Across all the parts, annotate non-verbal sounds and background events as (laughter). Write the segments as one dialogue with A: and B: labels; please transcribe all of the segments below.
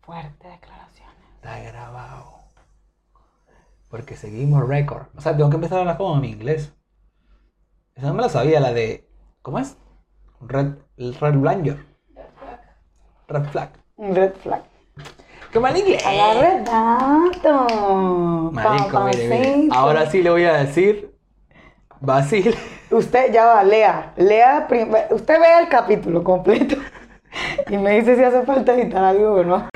A: Fuerte declaraciones.
B: Está grabado. Porque seguimos récord. O sea, tengo que empezar a hablar como mi inglés. Esa no me la sabía, la de. ¿Cómo es? Red, Red Blanger. Red Flag.
A: Red flag.
B: ¡Qué mal inglés!
A: Agarre dato.
B: Marico, mire, mire.
A: papacito.
B: Ahora sí le voy a decir. Basil.
A: Usted ya va, lea. Lea. prim- Usted vea el capítulo completo. (laughs) Y me dice si hace falta editar algo o no.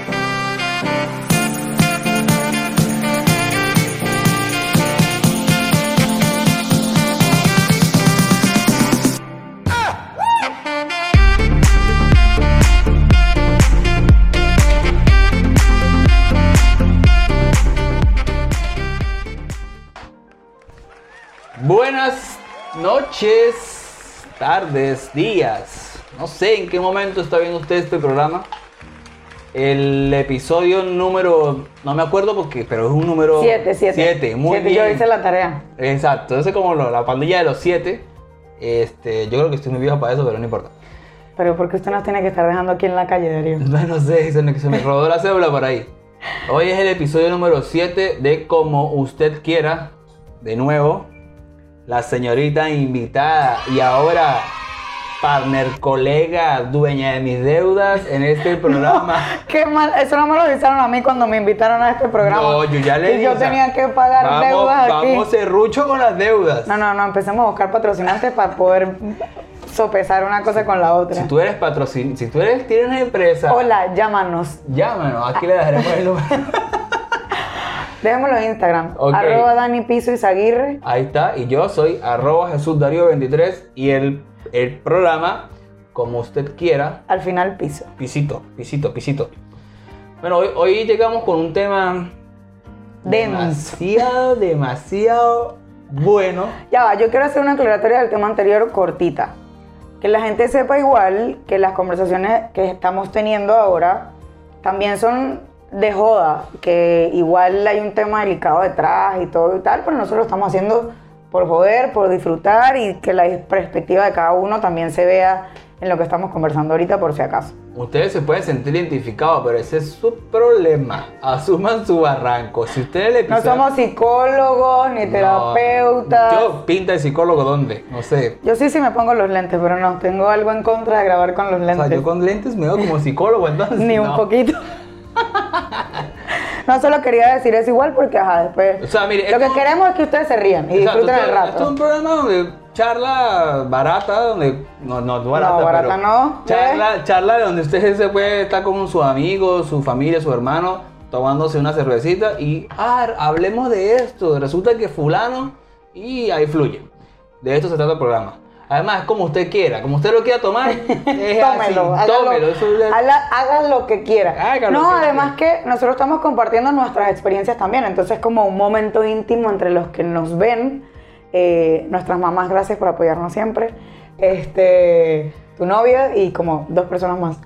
B: Buenas noches, tardes, días. No sé en qué momento está viendo usted este programa. El episodio número, no me acuerdo porque, pero es un número
A: Siete, siete.
B: Siete, muy
A: Siete,
B: bien.
A: Yo hice la tarea.
B: Exacto, ese es como lo- la pandilla de los siete. Este, yo creo que estoy muy viejo para eso, pero no importa.
A: Pero porque usted nos tiene que estar dejando aquí en la calle, Darío.
B: No, no sé, se me, se me
A: (laughs)
B: rodó la cédula por ahí. Hoy es el episodio número 7 de Como Usted Quiera. De nuevo, la señorita invitada y ahora partner, colega, dueña de mis deudas en este programa.
A: Qué mal, eso no me lo avisaron a mí cuando me invitaron a este (laughs) programa.
B: No, yo ya le
A: Y
B: dije.
A: yo
B: o sea,
A: tenía que pagar
B: vamos,
A: deudas aquí.
B: Vamos serrucho con las deudas.
A: No, no, no, empecemos a buscar patrocinantes para poder sopesar una cosa con la otra.
B: Si tú eres patrocin, si tú eres, tienes una empresa,
A: Hola, llámanos.
B: llámanos, aquí le dejaremos el número.
A: Déjamelo en Instagram.
B: Ok.
A: Arroba Dani Piso Izaguirre.
B: Ahí está, y yo soy arroba Jesús Darío 23 y el, el programa, como usted quiera,
A: Al final piso.
B: pisito, pisito, pisito. Bueno, hoy, hoy llegamos con un tema
A: Denso.
B: demasiado, demasiado bueno.
A: Ya va, yo quiero hacer una aclaratoria del tema anterior cortita. Que la gente sepa igual que las conversaciones que estamos teniendo ahora también son de joda, que igual hay un tema delicado detrás y todo y tal, pero nosotros lo estamos haciendo por joder, por disfrutar y que la perspectiva de cada uno también se vea en lo que estamos conversando ahorita por si acaso.
B: Ustedes se pueden sentir identificados, pero ese es su problema. Asuman su barranco. Si ustedes le
A: No somos psicólogos ni terapeutas.
B: Yo, pinta de psicólogo, ¿dónde? No sé.
A: Yo sí, sí me pongo los lentes, pero no, tengo algo en contra de grabar con los
B: O sea,
A: lentes.
B: yo con lentes me veo como psicólogo,
A: (laughs)
B: entonces.
A: Ni un
B: no.
A: poquito. no solo quería decir eso igual porque, ajá, después.
B: O sea, mire,
A: lo
B: esto-
A: que queremos es que ustedes se rían y
B: Exacto,
A: disfruten el
B: esto- Esto
A: (laughs)
B: es
A: rato.
B: un programa donde charla barata, donde. No, no, barata.
A: No, barata
B: pero
A: no, ¿eh?
B: Charla, charla de donde usted se puede estar con sus amigos, su familia, su hermano, tomándose una cervecita y. Ah, hablemos de esto. Resulta que Fulano. Y ahí fluye. De esto se trata el programa. Además, es como usted quiera, como usted lo
A: (laughs)
B: quiera tomar, es así,
A: Tómelo, hágalo,
B: tómelo, eso es-
A: hala- haga lo que quiera.
B: Haga lo
A: no,
B: que
A: además que nosotros estamos compartiendo nuestras experiencias también, entonces como un momento íntimo entre los que nos ven, eh, nuestras mamás, gracias por apoyarnos siempre, este, tu novia y como dos personas más.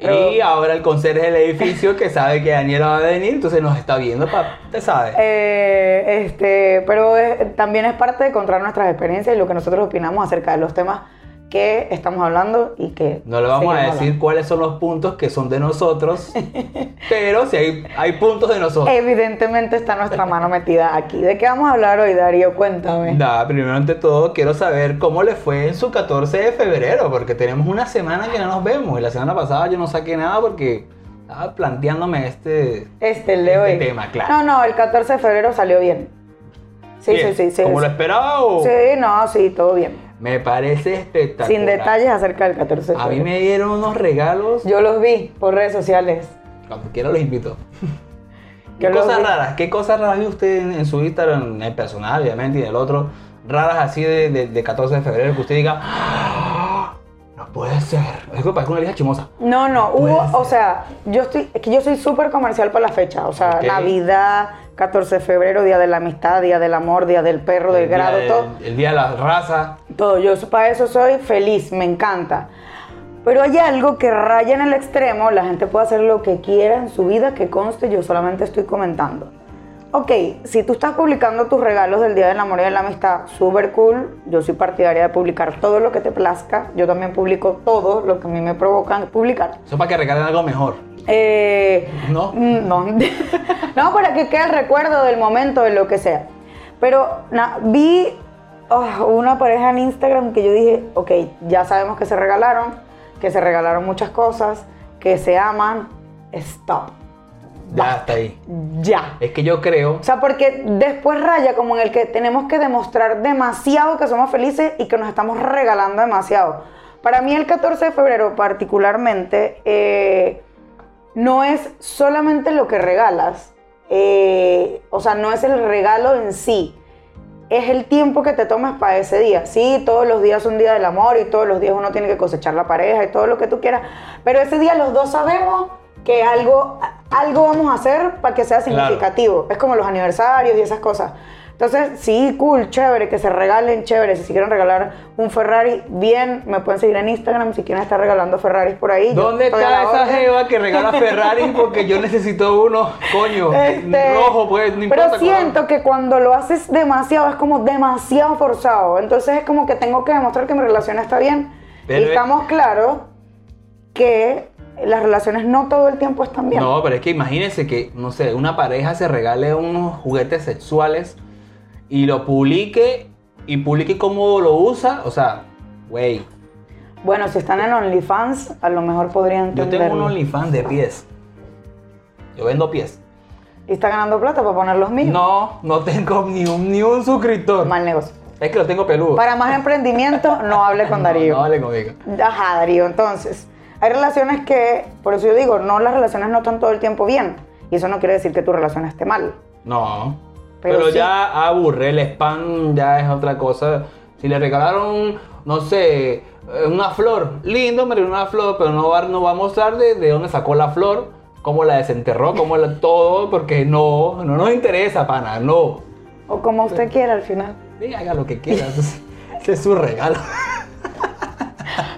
A: Pero-
B: Y ahora el conserje del edificio que sabe que Daniela va a venir, entonces nos está viendo, para usted sabe.
A: Eh, este, pero es- también es parte de contar nuestras experiencias y lo que nosotros opinamos acerca de los temas que estamos hablando y que
B: No le vamos a
A: seguimos
B: decir
A: hablando.
B: cuáles son los puntos que son
A: (laughs)
B: de nosotros, pero si hay, hay puntos de
A: Eh,
B: nosotros.
A: Evidentemente está nuestra mano metida aquí. ¿De qué vamos a hablar hoy, Darío? Cuéntame.
B: Nada, primero ante todo quiero saber cómo le fue en su 14 de febrero, porque tenemos una semana que no nos vemos y la semana pasada yo no saqué nada porque estaba planteándome este...
A: Este, el de
B: Este
A: hoy.
B: tema, claro.
A: No, no, el 14 de febrero salió bien. Sí,
B: Bien,
A: sí, sí, sí.
B: ¿Como lo
A: sí.
B: esperaba o-
A: Sí, no, sí, todo bien.
B: Me parece espectacular.
A: Sin detalles acerca del 14 de
B: A mí
A: febrero.
B: me dieron unos regalos,
A: Yo los vi por redes sociales.
B: cuando quiera los invito. ¿Qué
A: Yo los
B: cosas
A: vi.
B: raras? ¿Qué cosas raras vio usted en, en su Instagram, en el personal, obviamente, y en el otro? Raras así de, de- de 14 de febrero, que usted diga, "Ah, no puede ser. Es que parece una vieja chimosa.
A: No, no,
B: Puede
A: hubo,
B: ser.
A: o sea, yo estoy, es que yo soy súper comercial para la fecha, o sea,
B: Ok.
A: Navidad, 14 de febrero, Día de la Amistad, Día del Amor, Día del Perro, del
B: El día
A: Grado,
B: del-
A: todo,
B: El día de la raza.
A: todo, yo para eso soy feliz, me encanta. Pero hay algo que raya en el extremo, la gente puede hacer lo que quiera en su vida, que conste, yo solamente estoy comentando. Ok, si tú estás publicando tus regalos del Día del Amor y de la Amistad, súper cool, yo soy partidaria de publicar todo lo que te plazca, yo también publico todo lo que a mí me provocan publicar.
B: Eso es para que regalen algo mejor.
A: Eh,
B: No.
A: mm, No. (laughs) No, para que quede el recuerdo del momento, de lo que sea. Pero na- vi ah, una pareja en Instagram que yo dije, ok, ya sabemos que se regalaron, que se regalaron muchas cosas, que se aman. Stop.
B: Ya hasta ahí.
A: Ya.
B: Es que yo creo.
A: O sea, porque después raya como en el que tenemos que demostrar demasiado que somos felices y que nos estamos regalando demasiado. Para mí el 14 de febrero particularmente eh, no es solamente lo que regalas, eh, o sea, no es el regalo en sí, es el tiempo que te tomas para ese día. Sí, todos los días es un día del amor y todos los días uno tiene que cosechar la pareja y todo lo que tú quieras, pero ese día los dos sabemos que algo, algo vamos a hacer para que sea significativo. Es como los aniversarios y esas cosas. Entonces, sí, cool, chévere, que se regalen, chévere. Si quieren regalar un Ferrari, bien, me pueden seguir en Instagram si quieren estar regalando Ferraris por ahí. Yo
B: ¿Dónde
A: estoy a
B: está
A: la
B: esa
A: orden.
B: jeva que regala Ferrari? Porque yo necesito uno, coño,
A: (laughs) Este,
B: rojo, pues, no importa.
A: Pero siento que cuando lo haces demasiado, es como demasiado forzado. Entonces es como que tengo que demostrar que mi relación está bien.
B: Pero
A: y
B: es-
A: estamos claros que las relaciones no todo el tiempo están bien.
B: No, pero es que imagínense que, no sé, una pareja se regale unos juguetes sexuales y lo publique y publique cómo lo usa. O sea, güey,
A: Bueno, si están en OnlyFans, a lo mejor podrían
B: yo
A: entenderlo.
B: tengo un OnlyFans de pies. Yo vendo pies.
A: Y está ganando plata para poner los mismos.
B: No, no tengo ni un, ni un suscriptor.
A: Mal negocio.
B: Es que lo tengo peludo.
A: Para más emprendimiento, no hable con Darío.
B: (laughs) No, vale conmigo.
A: Ajá, Darío, entonces. Hay relaciones que, por eso yo digo, no las relaciones no están todo el tiempo bien. Y eso no quiere decir que tu relación esté mal.
B: No.
A: Pero
B: Pero,
A: sí.
B: ya aburre, el spam ya es otra cosa. Si le regalaron, no sé, eh, una flor, lindo, me regaló una flor, pero no va, no va a mostrar de, de dónde sacó la flor, cómo la desenterró, cómo la, todo, porque no, no nos interesa, pana, no.
A: O como usted quiera al final.
B: Sí, haga lo que quiera, (laughs) ese es su regalo.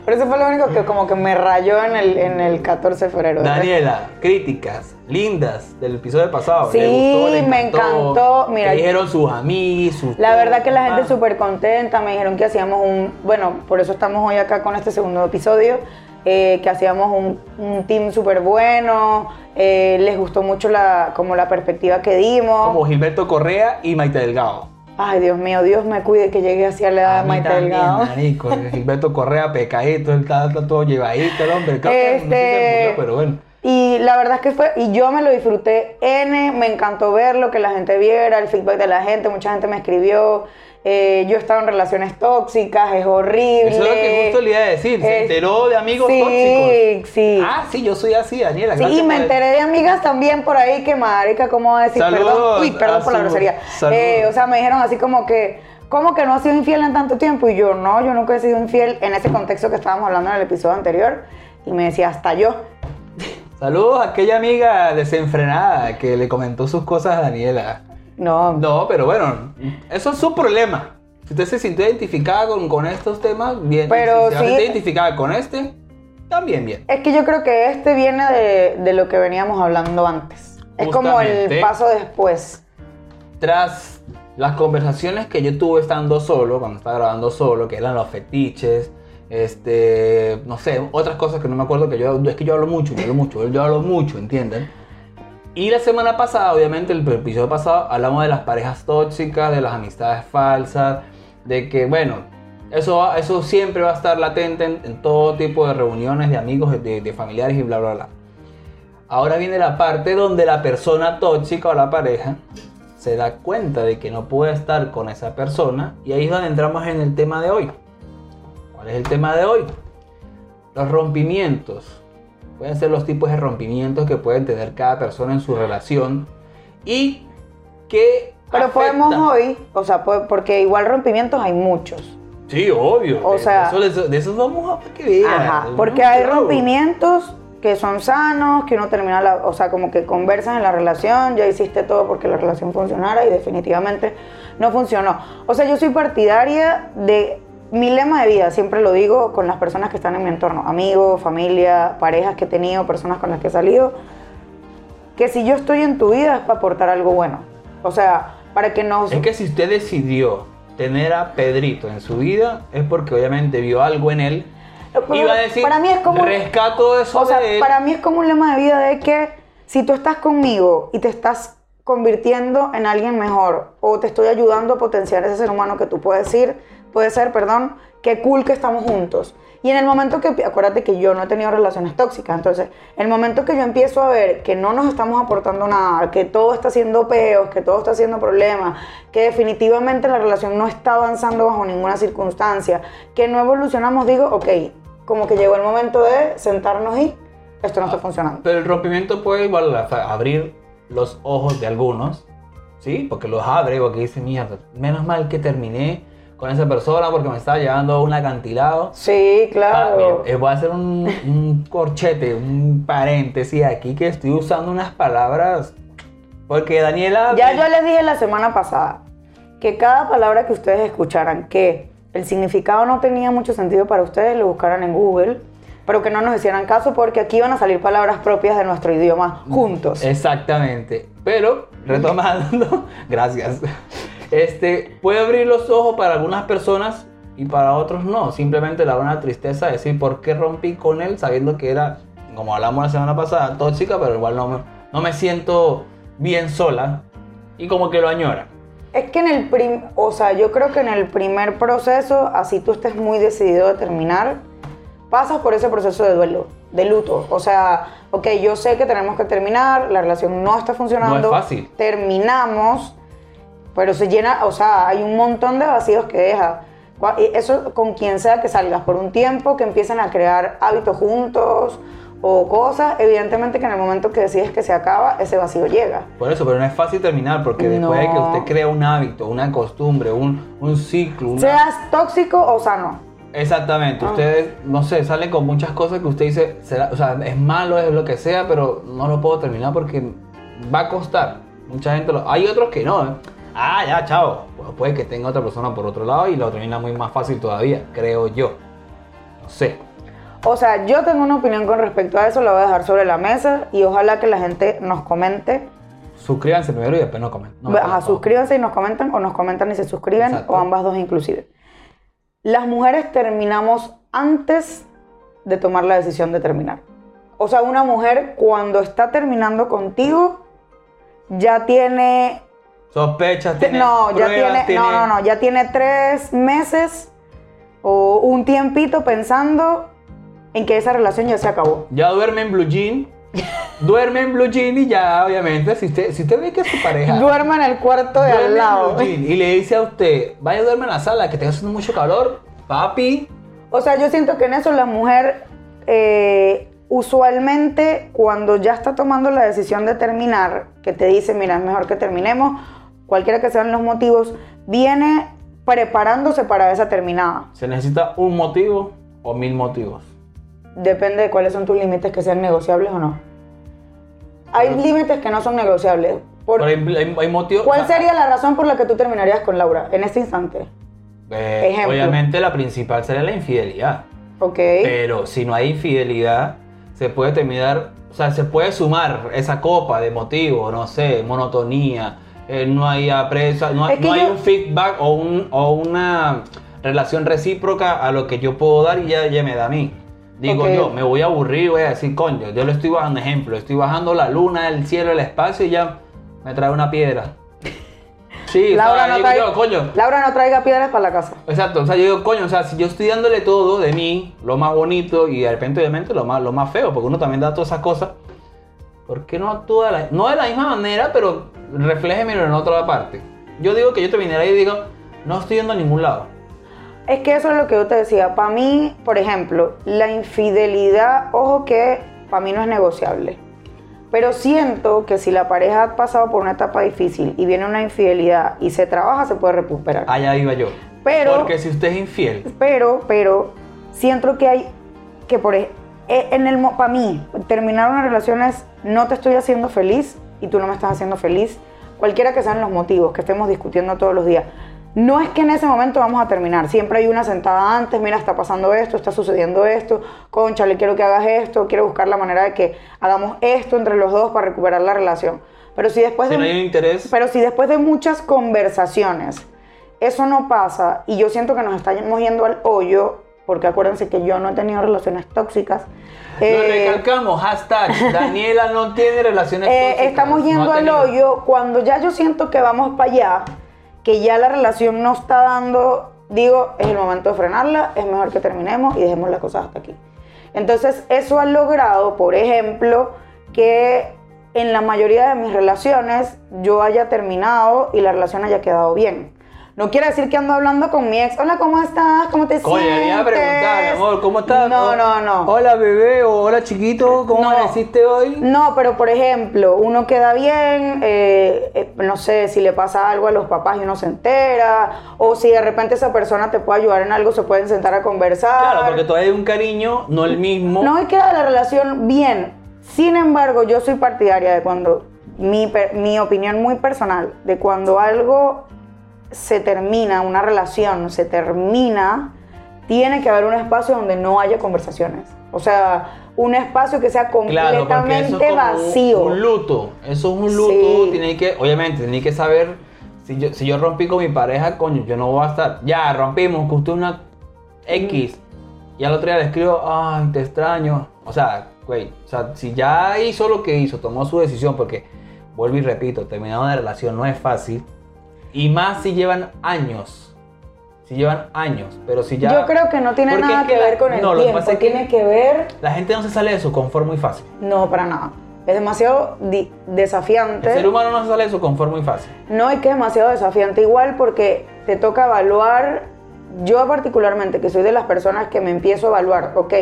A: Pero eso fue lo único que como que me rayó en el, en el 14 de febrero. ¿verdad?
B: Daniela, críticas lindas del episodio pasado.
A: Sí,
B: ¿Le gustó? ¿Le
A: me encantó. Mira,
B: ¿Qué dijeron sus amigos, sus
A: La verdad que la gente
B: Ah.
A: súper contenta, me dijeron que hacíamos un, bueno, por eso estamos hoy acá con este segundo episodio, eh, que hacíamos un, un team súper bueno, eh, les gustó mucho la, como la perspectiva que dimos.
B: Como Gilberto Correa y Maite Delgado.
A: Ay, Dios mío, Dios me cuide que llegue hacia la edad
B: A
A: de
B: Ah, mí
A: Maite
B: también,
A: Delgado.
B: marico. Gilberto Correa, pecadito, él está, está todo llevadito, el hombre. Creo que no sé si se
A: Este,
B: murió, pero bueno.
A: Y la verdad es que fue, y yo me lo disfruté N, me encantó verlo, que la gente viera, el feedback de la gente, mucha gente me escribió, eh, yo estaba en relaciones tóxicas, es horrible.
B: Eso es lo que justo le iba a decir. Se
A: Eh,
B: enteró de amigos
A: sí,
B: tóxicos.
A: Sí,
B: Ah, sí, yo soy así, Daniela.
A: sí.
B: gracias
A: y me
B: por-
A: enteré de amigas también por ahí que marica, ¿cómo va a decir?
B: Saludos
A: perdón, uy, perdón
B: a
A: por la
B: su-
A: grosería.
B: saludos.
A: Eh, o sea, me dijeron así como que, ¿cómo que no has sido infiel en tanto tiempo? Y yo, no, yo nunca he sido infiel en ese contexto que estábamos hablando en el episodio anterior. Y me decía, hasta yo.
B: Saludos a aquella amiga desenfrenada que le comentó sus cosas a Daniela.
A: No,
B: No, pero bueno, eso es su problema. Si usted se sintió identificada con, con estos temas, bien.
A: Pero
B: si se
A: sí-
B: siente identificada con este, también bien.
A: Es que yo creo que este viene de, de lo que veníamos hablando antes. Es como el
B: Justamente.
A: paso después.
B: tras las conversaciones que yo tuve estando solo, cuando estaba grabando solo, que eran los fetiches, este, no sé, otras cosas que no me acuerdo que yo, es que yo hablo mucho, yo hablo mucho, yo hablo mucho, ¿entienden? Y la semana pasada, obviamente, el episodio pasado, hablamos de las parejas tóxicas, de las amistades falsas, de que, bueno, eso, va- eso siempre va a estar latente en, en todo tipo de reuniones de amigos, de, de familiares y bla, bla, bla. Ahora viene la parte donde la persona tóxica o la pareja se da cuenta de que no puede estar con esa persona y ahí es donde entramos en el tema de hoy. ¿Cuál es el tema de hoy? Los rompimientos. Pueden ser los tipos de rompimientos que pueden tener cada persona en su relación y que...
A: Pero
B: afectan.
A: podemos hoy, o sea, po- porque igual rompimientos hay muchos.
B: Sí, obvio.
A: O
B: de-
A: sea-
B: de eso, de eso vamos a que vean.
A: Ajá.
B: ¿no?
A: Porque hay
B: Claro.
A: rompimientos que son sanos, que uno termina, la- o sea, como que conversan en la relación, ya hiciste todo porque la relación funcionara y definitivamente no funcionó. O sea, yo soy partidaria de mi lema de vida, siempre lo digo con las personas que están en mi entorno, amigos, familia, parejas que he tenido, personas con las que he salido, que si yo estoy en tu vida es para aportar algo bueno. O sea, para que nos...
B: Es que si usted decidió tener a Pedrito en su vida es porque obviamente vio algo en él Iba a decir,
A: para mí es como un-
B: rescato eso
A: o sea,
B: de él.
A: para mí es como un lema de vida de que si tú estás conmigo y te estás convirtiendo en alguien mejor o te estoy ayudando a potenciar ese ser humano que tú puedes ir, puede ser, perdón, qué cool que estamos juntos. Y en el momento que, acuérdate que yo no he tenido relaciones tóxicas, entonces, el momento que yo empiezo a ver que no nos estamos aportando nada, que todo está siendo peos, que todo está siendo problemas, que definitivamente la relación no está avanzando bajo ninguna circunstancia, que no evolucionamos, digo, ok, como que llegó el momento de sentarnos y esto
B: Ah.
A: no está funcionando.
B: Pero el rompimiento puede igual o sea, abrir los ojos de algunos, ¿sí? Porque los abre, porque dicen, mierda, menos mal que terminé con esa persona porque me estaba llevando a un acantilado.
A: Sí,
B: Ah,
A: claro.
B: bien, eh, voy a hacer un, un corchete, un paréntesis aquí que estoy usando unas palabras. Porque Daniela.
A: Ya yo les dije la semana pasada que cada palabra que ustedes escucharan, que el significado no tenía mucho sentido para ustedes, lo buscaran en Google, pero que no nos hicieran caso porque aquí van a salir palabras propias de nuestro idioma juntos. Mm.
B: Exactamente. Pero, retomando, (laughs) gracias. Este, puede abrir los ojos para algunas personas y para otros no. Simplemente la una tristeza de decir por qué rompí con él sabiendo que era, como hablamos la semana pasada, tóxica, pero igual no me, no me siento bien sola y como que lo añora.
A: Es que en el prim, o sea, yo creo que en el primer proceso, así tú estés muy decidido de terminar, pasas por ese proceso de duelo, de luto. O sea, ok, yo sé que tenemos que terminar, la relación no está funcionando.
B: No es fácil.
A: Terminamos, pero se llena, o sea, hay un montón de vacíos que deja. Cua- y Eso con quien sea que salgas por un tiempo, que empiecen a crear hábitos juntos o cosas, evidentemente que en el momento que decides que se acaba, ese vacío llega.
B: Por eso, pero no es fácil terminar, porque después de que
A: No.
B: usted crea un hábito, una costumbre, un, un ciclo, una-
A: Seas tóxico o sano. Ah.
B: Exactamente, ustedes, no sé, salen con muchas cosas que usted dice, será- o sea, es malo, es lo que sea, pero no lo puedo terminar porque va a costar. Mucha gente lo... Hay otros que no, ¿eh? Ah, ya, chao. Pues puede que tenga otra persona por otro lado y lo termina muy más fácil todavía, creo yo. No sé.
A: O sea, yo tengo una opinión con respecto a eso, la voy a dejar sobre la mesa y ojalá que la gente nos comente.
B: Suscríbanse primero y después no comen. No,
A: Ajá,
B: no.
A: suscríbanse y nos comentan, o nos comentan y se suscriben,
B: Exacto.
A: o ambas dos inclusive. Las mujeres terminamos antes de tomar la decisión de terminar. O sea, una mujer cuando está terminando contigo, ya tiene
B: Sospechas,
A: Te-
B: tienen
A: no, ya
B: pruebas,
A: tiene, no,
B: tienen-
A: no, no, ya tiene tres meses o un tiempito pensando en que esa relación ya se acabó.
B: Ya duerme en
A: (laughs)
B: blue jean. duerme en blue jean y ya, obviamente, si usted, si usted ve que su pareja...
A: Duerma en el cuarto de
B: duerme
A: al
B: en
A: lado.
B: blue jean y le dice a usted, vaya a duerme en la sala, que está haciendo mucho calor, papi.
A: O sea, yo siento que en eso la mujer eh, usualmente cuando ya está tomando la decisión de terminar, que te dice, mira, es mejor que terminemos, cualquiera que sean los motivos, viene preparándose para esa terminada.
B: Se necesita un motivo o mil motivos.
A: Depende de cuáles son tus límites que sean negociables o no. Hay límites que no son negociables. Por-
B: Pero hay, hay- hay motivos.
A: ¿Cuál
B: o sea,
A: sería la razón por la que tú terminarías con Laura en este instante?
B: eh,
A: Ejemplo.
B: obviamente la principal sería la infidelidad.
A: Ok.
B: Pero si no hay infidelidad, se puede terminar, o sea, se puede sumar esa copa de motivos, no sé, monotonía, eh, no hay apresa, no, hay-
A: Es que
B: no hay
A: yo-
B: un feedback o, un- o una relación recíproca a lo que yo puedo dar y ya, ya me da a mí. Digo
A: Ok.
B: yo, me voy a aburrir, voy a decir, coño, yo le estoy bajando ejemplo, estoy bajando la luna, el cielo, el espacio y ya me trae una
A: (laughs)
B: piedra. Sí,
A: Laura,
B: o sea,
A: no
B: digo
A: traiga,
B: yo, coño,
A: Laura, no traiga piedras para la casa.
B: Exacto, o sea, yo digo, coño, o sea, si yo estoy dándole todo de mí, lo más bonito y de repente obviamente lo más, lo más feo, porque uno también da todas esas cosas, ¿por qué no actúa de la, no de la misma manera, pero refléjemelo en otra parte? Yo digo que yo terminaré y digo, no estoy yendo a ningún lado.
A: Es que eso es lo que yo te decía. Para mí, por ejemplo, la infidelidad, ojo que para mí no es negociable. Pero siento que si la pareja ha pasado por una etapa difícil y viene una infidelidad y se trabaja, se puede recuperar.
B: Allá iba yo.
A: Pero-
B: Porque si usted es infiel,
A: pero, pero, siento que hay, que por ej- e- en el, para mí, terminar una relación es, no te estoy haciendo feliz y tú no me estás haciendo feliz, cualquiera que sean los motivos que estemos discutiendo todos los días. No es que en ese momento vamos a terminar, siempre hay una sentada antes, mira, está pasando esto, está sucediendo esto, concha, le quiero que hagas esto, quiero buscar la manera de que hagamos esto entre los dos para recuperar la relación. Pero si después
B: si
A: de...
B: no hay un interés,
A: Pero si después de muchas conversaciones eso no pasa y yo siento que nos estamos yendo al hoyo, porque acuérdense que yo no he tenido relaciones tóxicas.
B: Lo
A: Eh,
B: recalcamos, hashtag, Daniela no tiene relaciones
A: eh,
B: tóxicas.
A: estamos
B: No ha
A: yendo al
B: tenido.
A: hoyo cuando ya yo siento que vamos para allá, que ya la relación no está dando, digo, es el momento de frenarla, es mejor que terminemos y dejemos las cosas hasta aquí. Entonces, eso ha logrado, por ejemplo, que en la mayoría de mis relaciones yo haya terminado y la relación haya quedado bien. No quiere decir que ando hablando con mi ex. Hola, ¿cómo estás? ¿Cómo te
B: Coño,
A: sientes?
B: le iba a preguntar, mi amor, ¿cómo estás?
A: No, no, no.
B: Hola, bebé, o hola, chiquito, ¿cómo
A: No.
B: amaneciste hoy?
A: No, pero por ejemplo, uno queda bien, eh, eh, no sé, si le pasa algo a los papás y uno se entera, o si de repente esa persona te puede ayudar en algo, se pueden sentar a conversar.
B: Claro, porque todavía hay un cariño, no el mismo.
A: No, y queda la relación bien. Sin embargo, yo soy partidaria de cuando, mi, per- mi opinión muy personal, de cuando algo se termina, una relación se termina, tiene que haber un espacio donde no haya conversaciones. O sea, un espacio que sea
B: Claro, porque
A: completamente
B: eso es como un-
A: vacío.
B: Un, luto. Eso es un luto.
A: Sí.
B: Tiene que, obviamente, tiene que saber. Si yo, si yo rompí con mi pareja, coño, yo no voy a estar. Ya, rompimos, costó una X. Y al otro día le escribo, ay, te extraño. O sea, güey, o sea, si ya hizo lo que hizo, tomó su decisión, porque, vuelvo y repito, terminar una relación no es fácil. Y más si llevan años. Si llevan años. Pero si ya.
A: Yo creo que no tiene
B: Porque
A: nada
B: es
A: que,
B: la-
A: ver con el
B: no, lo que
A: tiempo,
B: pasa es que
A: tiene que ver,
B: La gente no se sale de su confort muy fácil.
A: no, para nada. Es demasiado di-
B: El
A: desafiante.
B: ser humano no se sale de su confort muy fácil.
A: No es que es demasiado desafiante igual porque te toca evaluar, yo particularmente, que soy de las personas que me empiezo a evaluar, ok,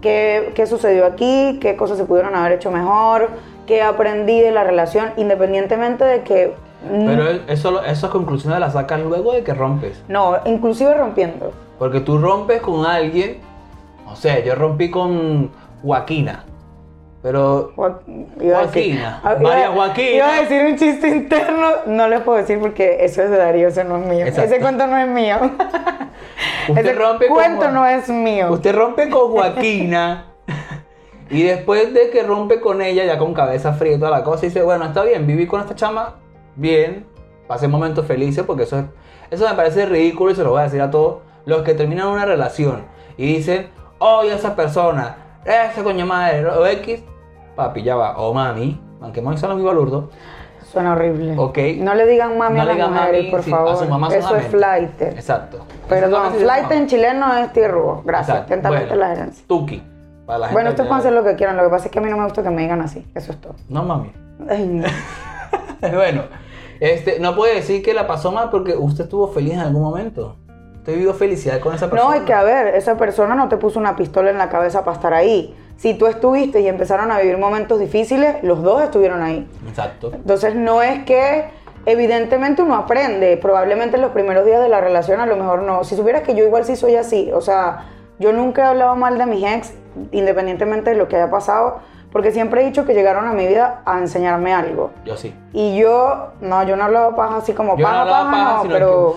A: ¿qué, qué sucedió aquí? ¿Qué cosas se pudieron haber hecho mejor? ¿Qué aprendí de la relación? Independientemente de que... mm,
B: Pero eso, lo- esas conclusiones las sacas luego de que rompes.
A: No, inclusive rompiendo.
B: Porque tú rompes con alguien, no sé, yo rompí con Joaquina. Pero
A: Joa- iba a decir-
B: Joaquina,
A: ah, iba-
B: María Joaquina.
A: Iba a decir un chiste interno, no les puedo decir porque eso es de Darío, eso no es mío.
B: Exacto.
A: Ese cuento no es mío.
B: usted
A: Ese
B: rompe
A: cuento
B: con, Joa-
A: no es mío.
B: Usted rompe con Joaquina. y después de que rompe con ella, ya con cabeza fría y toda la cosa, dice, bueno, está bien, viví con esta chama, bien, pasé momentos felices, porque eso, es- eso me parece ridículo y se lo voy a decir a todos los que terminan una relación y dicen, oye a esa persona, esa coño madre, o X, papi, ya va, o mami, aunque mami son los muy balurdos,
A: Suena horrible.
B: Ok.
A: No le digan mami
B: No
A: a
B: le
A: las
B: digan
A: mujeres,
B: mami,
A: por
B: sí, a
A: favor.
B: su mamá
A: Eso es
B: solamente.
A: flight.
B: exacto.
A: Perdón,
B: Exactamente,
A: flight en chileno es tierrugo. Gracias.
B: Exacto.
A: Atentamente
B: Bueno,
A: la gerencia.
B: Tuki, para la gente
A: Bueno, ustedes
B: que-
A: pueden hacer lo que quieran. Lo que pasa es que a mí no me gusta que me digan así. Eso es todo.
B: No mami.
A: Ay, no.
B: (laughs) bueno, este, no puede decir que la pasó mal porque usted estuvo feliz en algún momento. Usted vivió felicidad con esa persona.
A: No, y que a ver, esa persona no te puso una pistola en la cabeza para estar ahí. Si tú estuviste y empezaron a vivir momentos difíciles, los dos estuvieron ahí.
B: Exacto.
A: Entonces no es que evidentemente uno aprende, probablemente en los primeros días de la relación a lo mejor no. Si supieras que yo igual sí soy así, o sea, yo nunca he hablado mal de mis ex, independientemente de lo que haya pasado, porque siempre he dicho que llegaron a mi vida a enseñarme algo.
B: Yo sí.
A: Y yo, no, yo no hablaba paja así como
B: Yo no
A: paja, paja,
B: hablaba paja,
A: no,
B: sino
A: pero...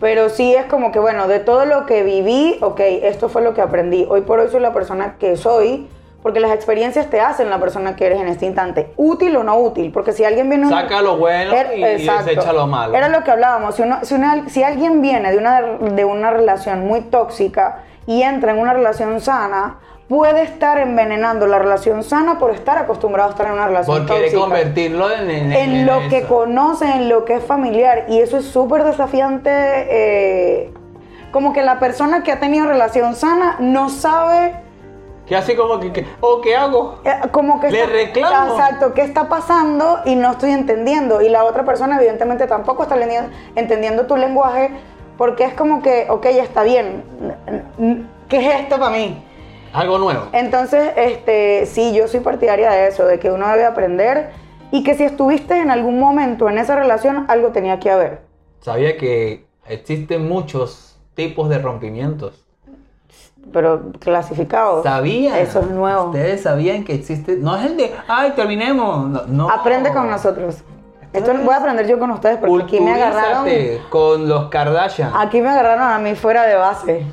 A: Pero sí es como que, bueno, de todo lo que viví, ok, esto fue lo que aprendí. Hoy por hoy soy la persona que soy, porque las experiencias te hacen la persona que eres en este instante. Útil o no útil, porque si alguien viene...
B: Saca lo bueno
A: Era-
B: y, y
A: Er, exacto.
B: desecha lo malo.
A: Era lo que hablábamos. Si, uno- si una- si alguien viene de una, de una relación muy tóxica y entra en una relación sana, puede estar envenenando la relación sana por estar acostumbrado a estar en una relación
B: Porque quiere
A: tóxica
B: convertirlo en,
A: en
B: en- en
A: lo
B: eso.
A: que conoce, en lo que es familiar. Y eso es súper desafiante. eh, como que la persona que ha tenido relación sana no sabe
B: Que así como que, que, oh, ¿qué hago?
A: eh, como que
B: Le reclamo.
A: exacto qué está pasando y no estoy entendiendo y la otra persona evidentemente tampoco está leni- entendiendo tu lenguaje porque es como que ok ya está bien n- n- qué es esto para mí
B: Algo nuevo.
A: Eh. entonces, este, sí, yo soy partidaria de eso, de que uno debe aprender y que si estuviste en algún momento en esa relación, algo tenía que haber.
B: Sabía que existen muchos tipos de rompimientos.
A: Pero clasificado.
B: Sabía.
A: Oh, Eso es nuevo.
B: Ustedes sabían que existe. No es el de, ay, terminemos. No. no.
A: Aprende con nosotros. Esto lo voy a aprender yo con ustedes porque aquí me agarraron.
B: Culturízate con los Kardashian.
A: Aquí me agarraron a mí fuera de base.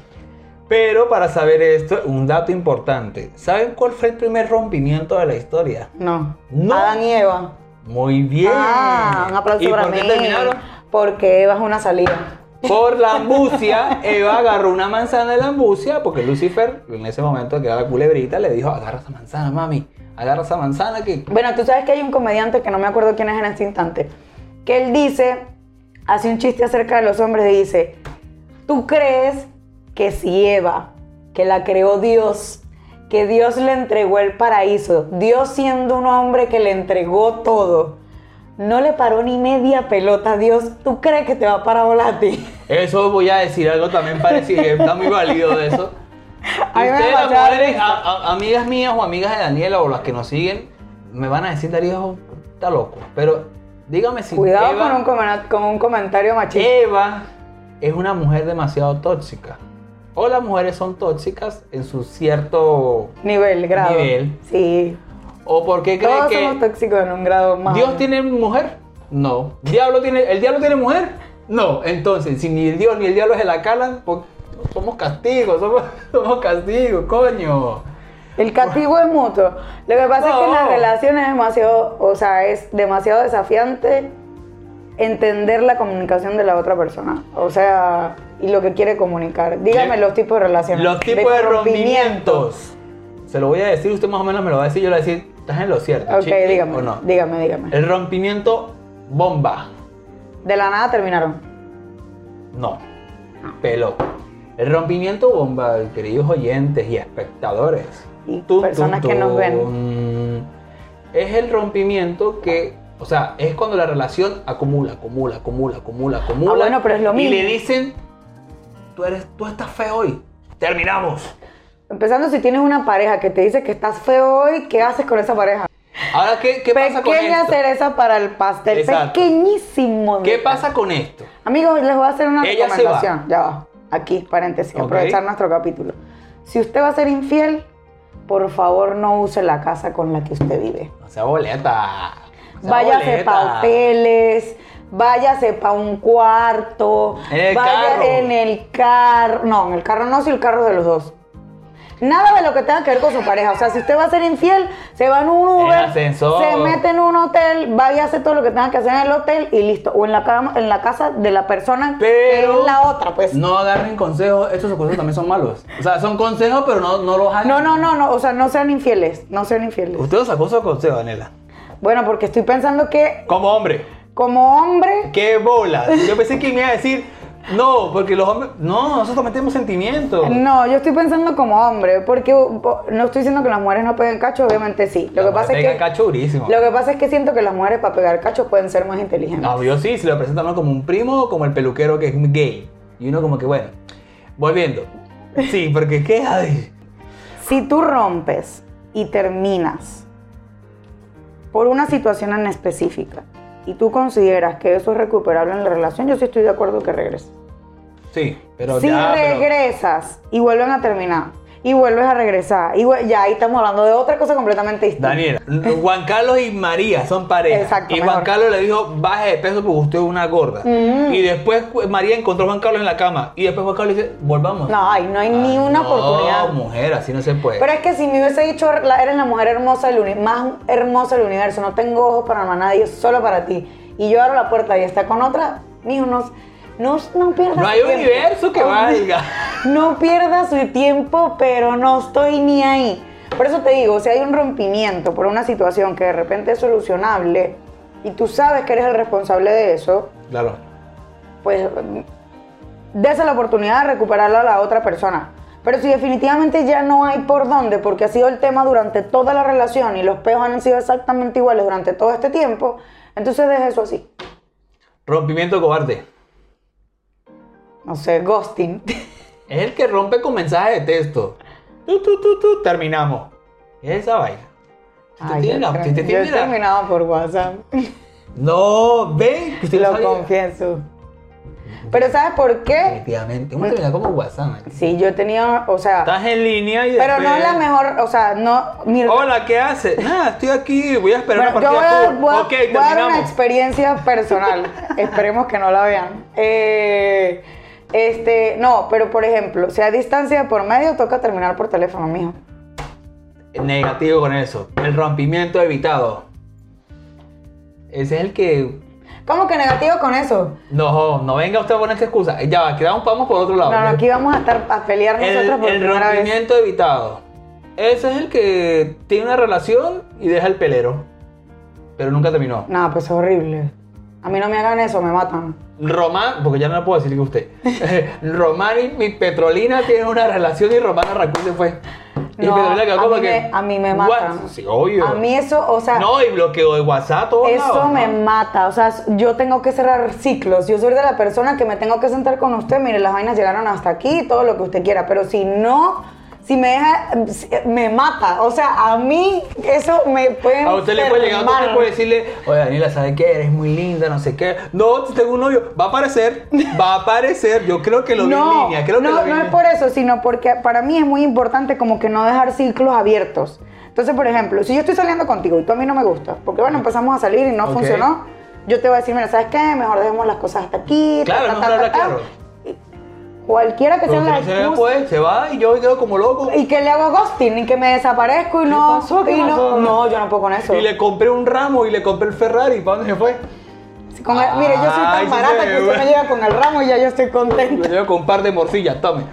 B: Pero para saber esto, un dato importante. ¿Saben cuál fue el primer rompimiento de la historia?
A: No.
B: No.
A: Adán y Eva.
B: Muy bien.
A: Ah, un aplauso
B: ¿Y
A: para
B: por
A: mí.
B: qué terminaron?
A: Porque Eva es una salida.
B: Por la ambucia, Eva agarró una manzana de la ambucia, porque Lucifer, en ese momento que era la culebrita, le dijo, agarra esa manzana, mami, agarra esa manzana que...
A: Bueno, tú sabes que hay un comediante que no me acuerdo quién es en este instante, que él dice, hace un chiste acerca de los hombres y dice, ¿tú crees que si Eva, que la creó Dios, que Dios le entregó el paraíso, Dios siendo un hombre que le entregó todo, no le paró ni media pelota a Dios, ¿tú crees que te va a parar a volar a ti? (laughs)
B: Eso voy a decir algo también parecido, (laughs) está muy válido de eso.
A: A mí me
B: Ustedes, las
A: pasaba
B: mujeres,
A: risa.
B: a- a- amigas mías o amigas de Daniela o las que nos siguen, me van a decir, Darío, está loco. Pero dígame si
A: Cuidado
B: Eva, Eh,
A: con un, comen- con un comentario machista.
B: Eva es una mujer demasiado tóxica. O las mujeres son tóxicas en su cierto...
A: Nivel, grado.
B: Nivel.
A: Sí.
B: ¿O por qué cree
A: Todos
B: que...
A: somos tóxicos en un grado más.
B: ¿Dios tiene mujer? No. ¿Diablo tiene, ¿El diablo tiene mujer? No. Entonces, si ni el Dios ni el diablo se la calan, po- somos castigos, somos, (laughs) somos castigos, coño.
A: El castigo es mutuo. Lo que pasa es que en las
B: No.
A: relaciones es demasiado, o sea, es demasiado desafiante entender la comunicación de la otra persona. O sea, y lo que quiere comunicar. Dígame
B: Bien.
A: los tipos de relaciones.
B: Los tipos de
A: rompimiento.
B: rompimientos. Se lo voy a decir, usted más o menos me lo va a decir, yo le voy a decir, estás en lo cierto.
A: Ok,
B: chiqui,
A: dígame.
B: ¿O no?
A: Dígame, dígame.
B: El rompimiento bomba.
A: De la nada terminaron.
B: No. Pelo. El rompimiento bomba, queridos oyentes y espectadores.
A: Y
B: Tum,
A: personas que nos ven.
B: tum. Es el rompimiento que, o sea, es cuando la relación acumula, acumula, acumula, acumula, acumula.
A: Ah, bueno, pero es lo
B: Y le
A: mismo.
B: dicen, tú eres, tú estás feo hoy. Terminamos.
A: Empezando si tienes una pareja que te dice que estás feo hoy, ¿qué haces con esa pareja?
B: Ahora, ¿qué, qué pasa con
A: Pequeña
B: esto?
A: cereza para el pastel.
B: Exacto.
A: Pequeñísimo.
B: ¿Qué
A: detalle.
B: pasa con esto?
A: Amigos, les voy a hacer una
B: Ella se
A: recomendación. Ya va. Aquí, paréntesis,
B: Ok.
A: aprovechar nuestro capítulo. Si usted va a ser infiel, por favor no use la casa con la que usted vive.
B: No sea boleta. no sea
A: váyase
B: boleta.
A: para hoteles, váyase para un cuarto,
B: En el
A: vaya
B: carro.
A: en el carro. No, en el carro no, si el carro es de los dos. Nada de lo que tenga que ver con su pareja. O sea, si usted va a ser infiel, se va en un Uber,
B: ascensor.
A: se mete en un hotel, vaya a hacer todo lo que tenga que hacer en el hotel y listo. O en la cama, en la casa de la persona que
B: Pero
A: es la otra, pues.
B: No agarren consejos, estos consejos también son malos. O sea, son consejos, pero no, no los hagan.
A: No, no, no, no, o sea, no sean infieles, no sean infieles.
B: Usted los sacó su consejo, Daniela.
A: Bueno, porque estoy pensando que
B: Como hombre,
A: como hombre,
B: qué bola. Yo pensé que me iba a decir, no, porque los hombres. No, nosotros metemos sentimientos.
A: no, yo estoy pensando como hombre, porque bo- no estoy diciendo que las mujeres no peguen cacho, obviamente sí. Lo que
B: Además,
A: pasa es
B: pega
A: que
B: cacho durísimo.
A: lo que pasa es que siento que las mujeres para pegar cacho pueden ser más inteligentes.
B: No, yo sí, se lo presentan a uno como un primo o como el peluquero que es gay. Y uno como que, bueno, volviendo. Sí, porque qué hay.
A: Si tú rompes y terminas por una situación en específica y tú consideras que eso es recuperable en la relación, yo sí estoy de acuerdo que regreses.
B: Sí, pero
A: si
B: ya, pero-
A: regresas y vuelven a terminar y vuelves a regresar y vuel- ya ahí estamos hablando de otra cosa completamente distinta.
B: Daniela, Juan Carlos y María son pareja.
A: Eh. Exacto,
B: y Juan
A: mejor. Mm.
B: Carlos le dijo, baje de peso porque usted es una gorda. Y después cu- María encontró a Juan Carlos en la cama. Y después Juan Carlos dice, volvamos.
A: No, ahí no hay ni
B: Ah,
A: una oportunidad.
B: No, mujer, así no se puede.
A: Pero es que si me hubiese dicho, "La- eres la mujer hermosa del uni- más hermosa del universo, no tengo ojos para más nadie, solo para ti. Y yo abro la puerta y está con otra, mijo, no, no, no pierdas
B: No
A: su
B: hay
A: tiempo.
B: universo que
A: Oh,
B: valga.
A: (laughs) No pierdas su tiempo, pero no estoy ni ahí. Por eso te digo, si hay un rompimiento por una situación que de repente es solucionable y tú sabes que eres el responsable de eso,
B: Claro.
A: pues mm, dese la oportunidad de recuperarlo a la otra persona. Pero si definitivamente ya no hay por dónde, porque ha sido el tema durante toda la relación y los peos han sido exactamente iguales durante todo este tiempo, entonces deje eso así.
B: Rompimiento cobarde.
A: No sé, ghosting.
B: Es el que rompe con mensaje de texto. Tu, tu, tu, tu, terminamos. ¿Qué es esa vaina? Si te
A: Ay,
B: tiene la-
A: yo
B: si te
A: yo
B: tiene
A: he
B: la-
A: terminado por WhatsApp.
B: No, ve. que usted
A: (laughs)
B: no
A: Lo
B: sabía.
A: confieso. Pero ¿sabes por qué?
B: Definitivamente. Hemos terminado como WhatsApp. man.
A: Sí, yo tenía, o sea,
B: Estás en línea y
A: pero no
B: después-
A: es la mejor, o sea, no, mi-
B: Hola, ¿qué hace? Nada, estoy aquí, voy a esperar
A: Bueno,
B: una
A: yo voy
B: partida de
A: a,
B: fútbol.
A: voy a-
B: ok,
A: voy a dar una
B: terminamos.
A: experiencia personal.
B: (laughs)
A: Esperemos que no la vean. Eh, este, no, pero por ejemplo, si hay distancia de por medio, toca terminar por teléfono, mijo.
B: Negativo con eso. El rompimiento evitado. Ese es el que
A: ¿Cómo que negativo con eso?
B: No, no venga usted a poner esa excusa. Eh, Ya va, que vamos, vamos por otro lado.
A: No, no, aquí vamos a estar a pelear
B: el,
A: nosotros por
B: el
A: primera vez.
B: rompimiento evitado. Ese es el que tiene una relación y deja el pelero. Pero nunca terminó.
A: No, pues es horrible. A mí no me hagan eso, me matan.
B: Román, porque ya no le puedo decir que usted.
A: (laughs)
B: Román y mi Petrolina tienen una relación y Román arrancó y se fue. Y
A: No,
B: Petrolina quedó
A: a
B: como
A: mí
B: que.
A: me- a mí me
B: "What?"
A: matan.
B: Sí, obvio.
A: A mí eso, o sea,
B: No, y bloqueo de WhatsApp, todo.
A: eso me mata. O sea, yo tengo que cerrar ciclos. Yo soy de la persona que me tengo que sentar con usted. Mire, las vainas llegaron hasta aquí, todo lo que usted quiera. Pero si no, si me deja, me mata. O sea, a mí eso me puede.
B: A usted le puede llegar otro
A: enfermar.
B: tipo y decirle, oye Daniela, ¿sabes qué? Eres muy linda, no sé qué. No, tengo un novio. Va a aparecer, va a aparecer. Yo creo que lo vi en línea. Creo que
A: no,
B: lo vi en
A: no es
B: línea.
A: por eso, sino porque para mí es muy importante como que no dejar ciclos abiertos. Entonces, por ejemplo, si yo estoy saliendo contigo y tú a mí no me gustas, porque bueno, empezamos a salir y no
B: Ok.
A: funcionó, yo te voy a decir, mira, ¿sabes qué? Mejor dejemos las cosas hasta aquí.
B: Claro, no habla claro.
A: Cualquiera que
B: Pero
A: sea
B: usted
A: la
B: no se ve,
A: excusa.
B: pues, se va y yo quedo como loco.
A: Y que le hago ghosting y que me desaparezco y
B: ¿Qué
A: no.
B: pasó? ¿Qué
A: y no-
B: pasó?
A: no, yo no puedo con eso.
B: Y le compré un ramo y le compré el Ferrari. ¿Para dónde se fue?
A: Si con el- mire, yo soy tan
B: Ay, sí
A: barata
B: se
A: que
B: ve,
A: usted me
B: güey.
A: llega con el ramo y ya yo estoy contenta.
B: Lo llevo con un par de morcillas, tome.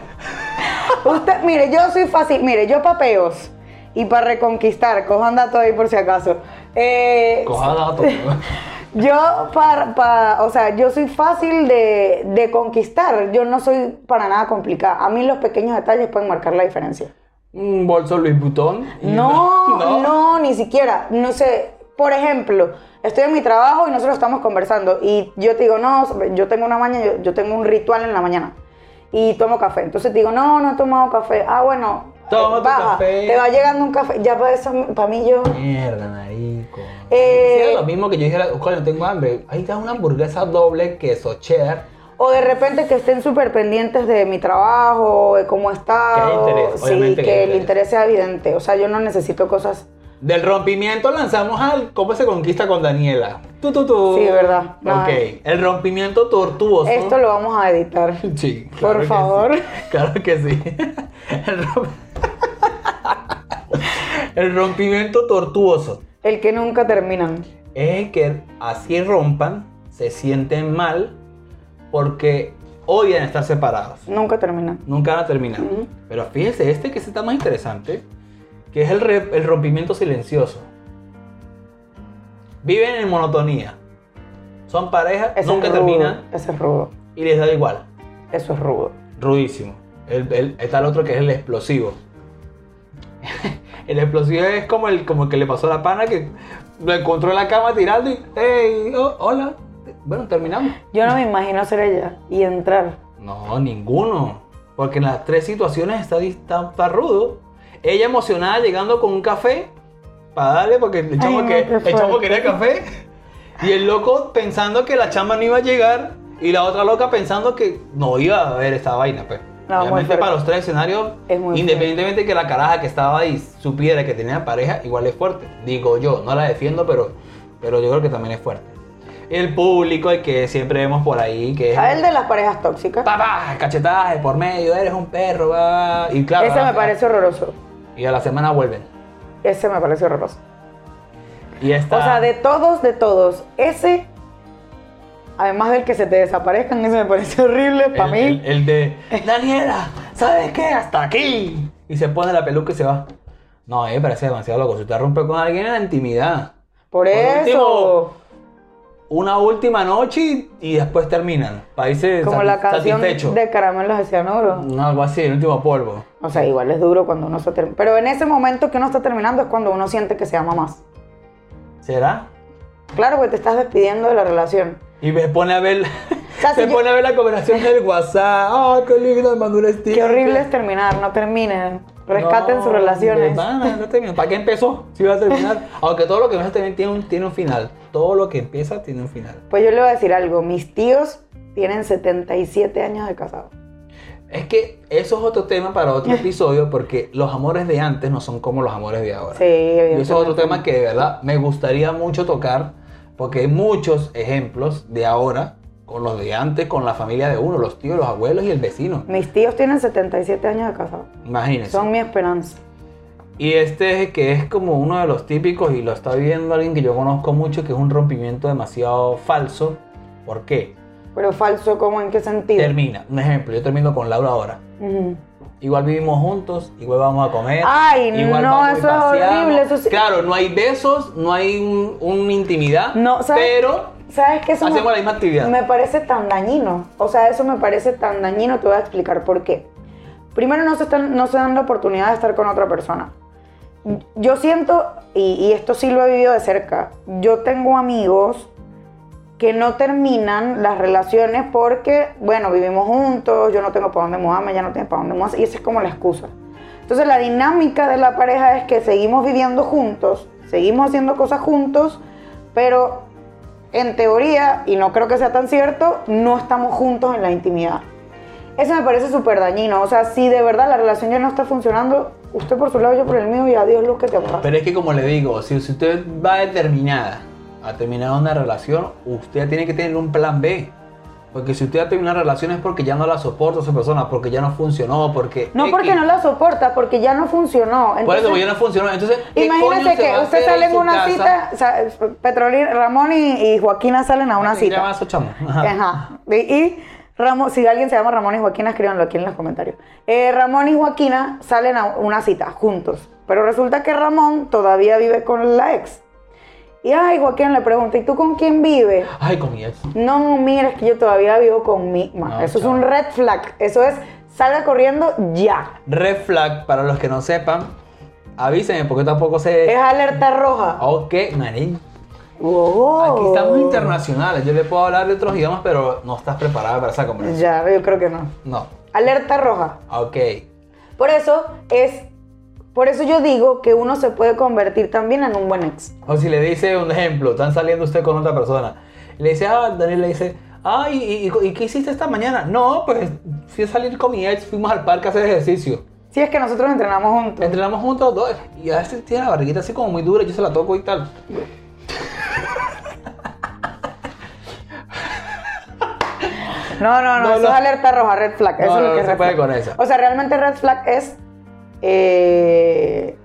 A: Usted, mire, yo soy fácil, mire, yo papeos y para reconquistar, cojan datos ahí por si acaso. Eh,
B: Coja datos. ¿no?
A: yo, para, o sea, yo soy fácil de, de conquistar, yo no soy para nada complicada. A mí los pequeños detalles pueden marcar la diferencia.
B: un bolso Luis Butón.
A: No, (laughs) no, ni siquiera. No sé, por ejemplo, estoy en mi trabajo y nosotros estamos conversando y yo te digo, no, yo tengo una mañana, yo, yo tengo un ritual en la mañana y tomo café. Entonces te digo, no, no he tomado café. Ah, bueno,
B: Toma tu
A: baja,
B: café.
A: te va llegando un café. Ya para eso, para mí yo...
B: Mierda, marico.
A: Eh,
B: Era lo mismo que yo dijera, "Ojalá, no tengo hambre. Ahí está una hamburguesa doble queso cheddar.
A: O de repente que estén súper pendientes de mi trabajo, de cómo está.
B: Que haya interés,
A: Sí, que,
B: obviamente que haya
A: el
B: interés.
A: interés sea evidente. O sea, yo no necesito cosas...
B: Del rompimiento lanzamos al cómo se conquista con Daniela. Tú, tú, tú.
A: Sí, verdad. No,
B: ok.
A: eh.
B: El rompimiento tortuoso.
A: Esto lo vamos a editar.
B: (laughs) Sí.
A: Por
B: que
A: favor.
B: sí. (laughs) Claro que sí. (laughs) El, rom- (laughs) El rompimiento tortuoso
A: El que nunca terminan.
B: es el que así rompan, se sienten mal porque odian estar separados.
A: Nunca terminan.
B: Nunca van a terminar.
A: Ujú.
B: Pero fíjense, este que sí está más interesante, que es el, re- el rompimiento silencioso. Viven en monotonía. Son pareja,
A: Ese
B: nunca
A: es rudo,
B: terminan
A: Ese es rudo.
B: y les da igual.
A: Eso es rudo.
B: Rudísimo. El- el- está el otro que es el explosivo. el explosivo es como el como el que le pasó a la pana que lo encontró en la cama tirando y, hey, oh, hola. Bueno, terminamos.
A: Yo no me imagino ser ella y entrar.
B: No, ninguno. Porque en las tres situaciones está, dis- está, está rudo. Ella emocionada llegando con un café para darle porque el chamo,
A: no,
B: que,
A: qué
B: el chamo
A: fuerte.
B: quería café. Y el loco pensando que la chama no iba a llegar. Y la otra loca pensando que no iba a haber esta vaina, pues.
A: No, muy
B: Obviamente
A: fuerte.
B: para los tres escenarios,
A: Es muy
B: independientemente que la caraja que estaba ahí supiera que tenía pareja, igual es fuerte. Digo yo, no la defiendo, pero, pero yo creo que también es fuerte. El público, el que siempre vemos por ahí, que es
A: A él de las parejas tóxicas.
B: papá, cachetadas de por medio, eres un perro, va. va. Y claro,
A: Ese
B: a la-
A: me parece horroroso.
B: Y a la semana vuelven.
A: Ese me parece horroroso.
B: Y está.
A: O sea, de todos, de todos, ese, además del que se te desaparezcan, ese me parece (laughs) horrible para
B: el,
A: mí.
B: El, el de. Daniela, ¿sabes qué? Hasta aquí. Y se pone la peluca y se va. No, a mí me parece demasiado loco. Si usted rompe con alguien en la intimidad,
A: por, eso.
B: último, una última noche y, y después terminan. Países
A: como la canción
B: satisfecho.
A: de Caramelos de Cianuro.
B: Algo así, el último polvo.
A: O sea, igual es duro cuando uno se termina. Pero en ese momento que uno está terminando es cuando uno siente que se ama más.
B: ¿Será?
A: Claro, que te estás despidiendo de la relación.
B: Y me pone a ver.
A: sea,
B: (laughs) se
A: si yo-
B: pone a ver la conversación del WhatsApp. ¡Ah, qué lindo! Me mandó un sticker.
A: Qué horrible es terminar, no terminen. Rescaten
B: No,
A: sus relaciones.
B: de pana, no termina. ¿Para qué empezó? Si va
A: (laughs)
B: a terminar. Aunque todo lo que empieza también tiene un, tiene un final. Todo lo que empieza tiene un final.
A: Pues yo le voy a decir algo. Mis tíos tienen 77 años de casado.
B: Es que eso es otro tema
A: (laughs)
B: para otro episodio porque los amores de antes no son como los amores de ahora.
A: Sí,
B: Y eso es otro
A: evidentemente.
B: tema que de verdad me gustaría mucho tocar porque hay muchos ejemplos de ahora con los de antes, con la familia de uno, los tíos, los abuelos y el vecino.
A: Mis tíos tienen 77 años de casado.
B: Imagínense.
A: Son mi esperanza.
B: Y este es que es como uno de los típicos y lo está viviendo alguien que yo conozco mucho, que es un rompimiento demasiado falso. ¿Por qué?
A: Pero falso, ¿cómo? ¿En qué sentido?
B: Termina. Un ejemplo, yo termino con Laura ahora.
A: Ujú.
B: Igual vivimos juntos, igual vamos a comer.
A: Ay,
B: igual
A: no,
B: vamos y
A: eso es
B: paseamos.
A: horrible, eso sí-
B: Claro, no hay besos, no hay un- una intimidad,
A: No, ¿sabes?
B: pero
A: ¿Sabes qué? Eso me-
B: hacemos la misma actividad.
A: Me parece tan dañino. O sea, eso me parece tan dañino. Te voy a explicar por qué. Primero, no se, están, no se dan la oportunidad de estar con otra persona. Yo siento, y, y esto sí lo he vivido de cerca, yo tengo amigos que no terminan las relaciones porque, bueno, vivimos juntos, yo no tengo para dónde mudarme, ya no tengo para dónde mudarse, y esa es como la excusa. Entonces la dinámica de la pareja es que seguimos viviendo juntos, seguimos haciendo cosas juntos, pero en teoría, y no creo que sea tan cierto, no estamos juntos en la intimidad. Eso me parece súper dañino. O sea, si de verdad la relación ya no está funcionando, usted por su lado, yo por el mío, y adiós luz que te abrazo.
B: Pero es que como le digo, si, si usted va determinada a terminar una relación, usted tiene que tener un plan B. Porque si usted ha terminado una relación es porque ya no la soporta esa persona, porque ya no funcionó, porque...
A: No
B: X.
A: porque no la soporta, porque ya no funcionó.
B: Por eso,
A: Entonces,
B: porque ya no funcionó. Entonces, ¿qué coño
A: Imagínense
B: se va
A: que
B: a
A: usted
B: hacer
A: sale en
B: su
A: una
B: casa?
A: cita, o sea, Petrolín, Ramón y, y Joaquina salen a una
B: ¿Cómo se llama
A: cita.
B: esos chamos? Ajá.
A: Ajá. Y, y Ramón, si alguien se llama Ramón y Joaquina, escríbanlo aquí en los comentarios. Eh, Ramón y Joaquina salen a una cita juntos, pero resulta que Ramón todavía vive con la ex. Y ay, Joaquina le pregunta, ¿y tú con quién vives?
B: Ay, con mi ex.
A: No, mira, es que yo todavía vivo con mi... ma,
B: No,
A: eso
B: chao.
A: es un red flag. Eso es, salga corriendo ya.
B: Red flag, para los que no sepan, avísenme porque tampoco sé...
A: Es alerta roja.
B: Ok, marín.
A: Wow.
B: Aquí estamos internacionales. Yo le puedo hablar de otros idiomas, pero no estás preparada para esa conversación.
A: Ya, yo creo que no.
B: No.
A: Alerta roja.
B: Ok.
A: Por eso es, por eso yo digo que uno se puede convertir también en un buen ex.
B: O si le dice un ejemplo, están saliendo usted con otra persona. y Le dice, ah, Daniel le dice, ay, ¿y, y- y qué hiciste esta mañana? No, pues fui a salir con mi ex, fuimos al parque a hacer ejercicio.
A: Si es que nosotros entrenamos juntos.
B: Entrenamos juntos dos y a veces tiene la barriguita así como muy dura, yo se la toco y tal.
A: No, no, no,
B: No,
A: eso
B: no.
A: es alerta roja, red flag.
B: No,
A: eso es
B: no,
A: lo que
B: no
A: es
B: se
A: red
B: puede
A: flag.
B: con eso.
A: O sea, realmente red flag es, eh,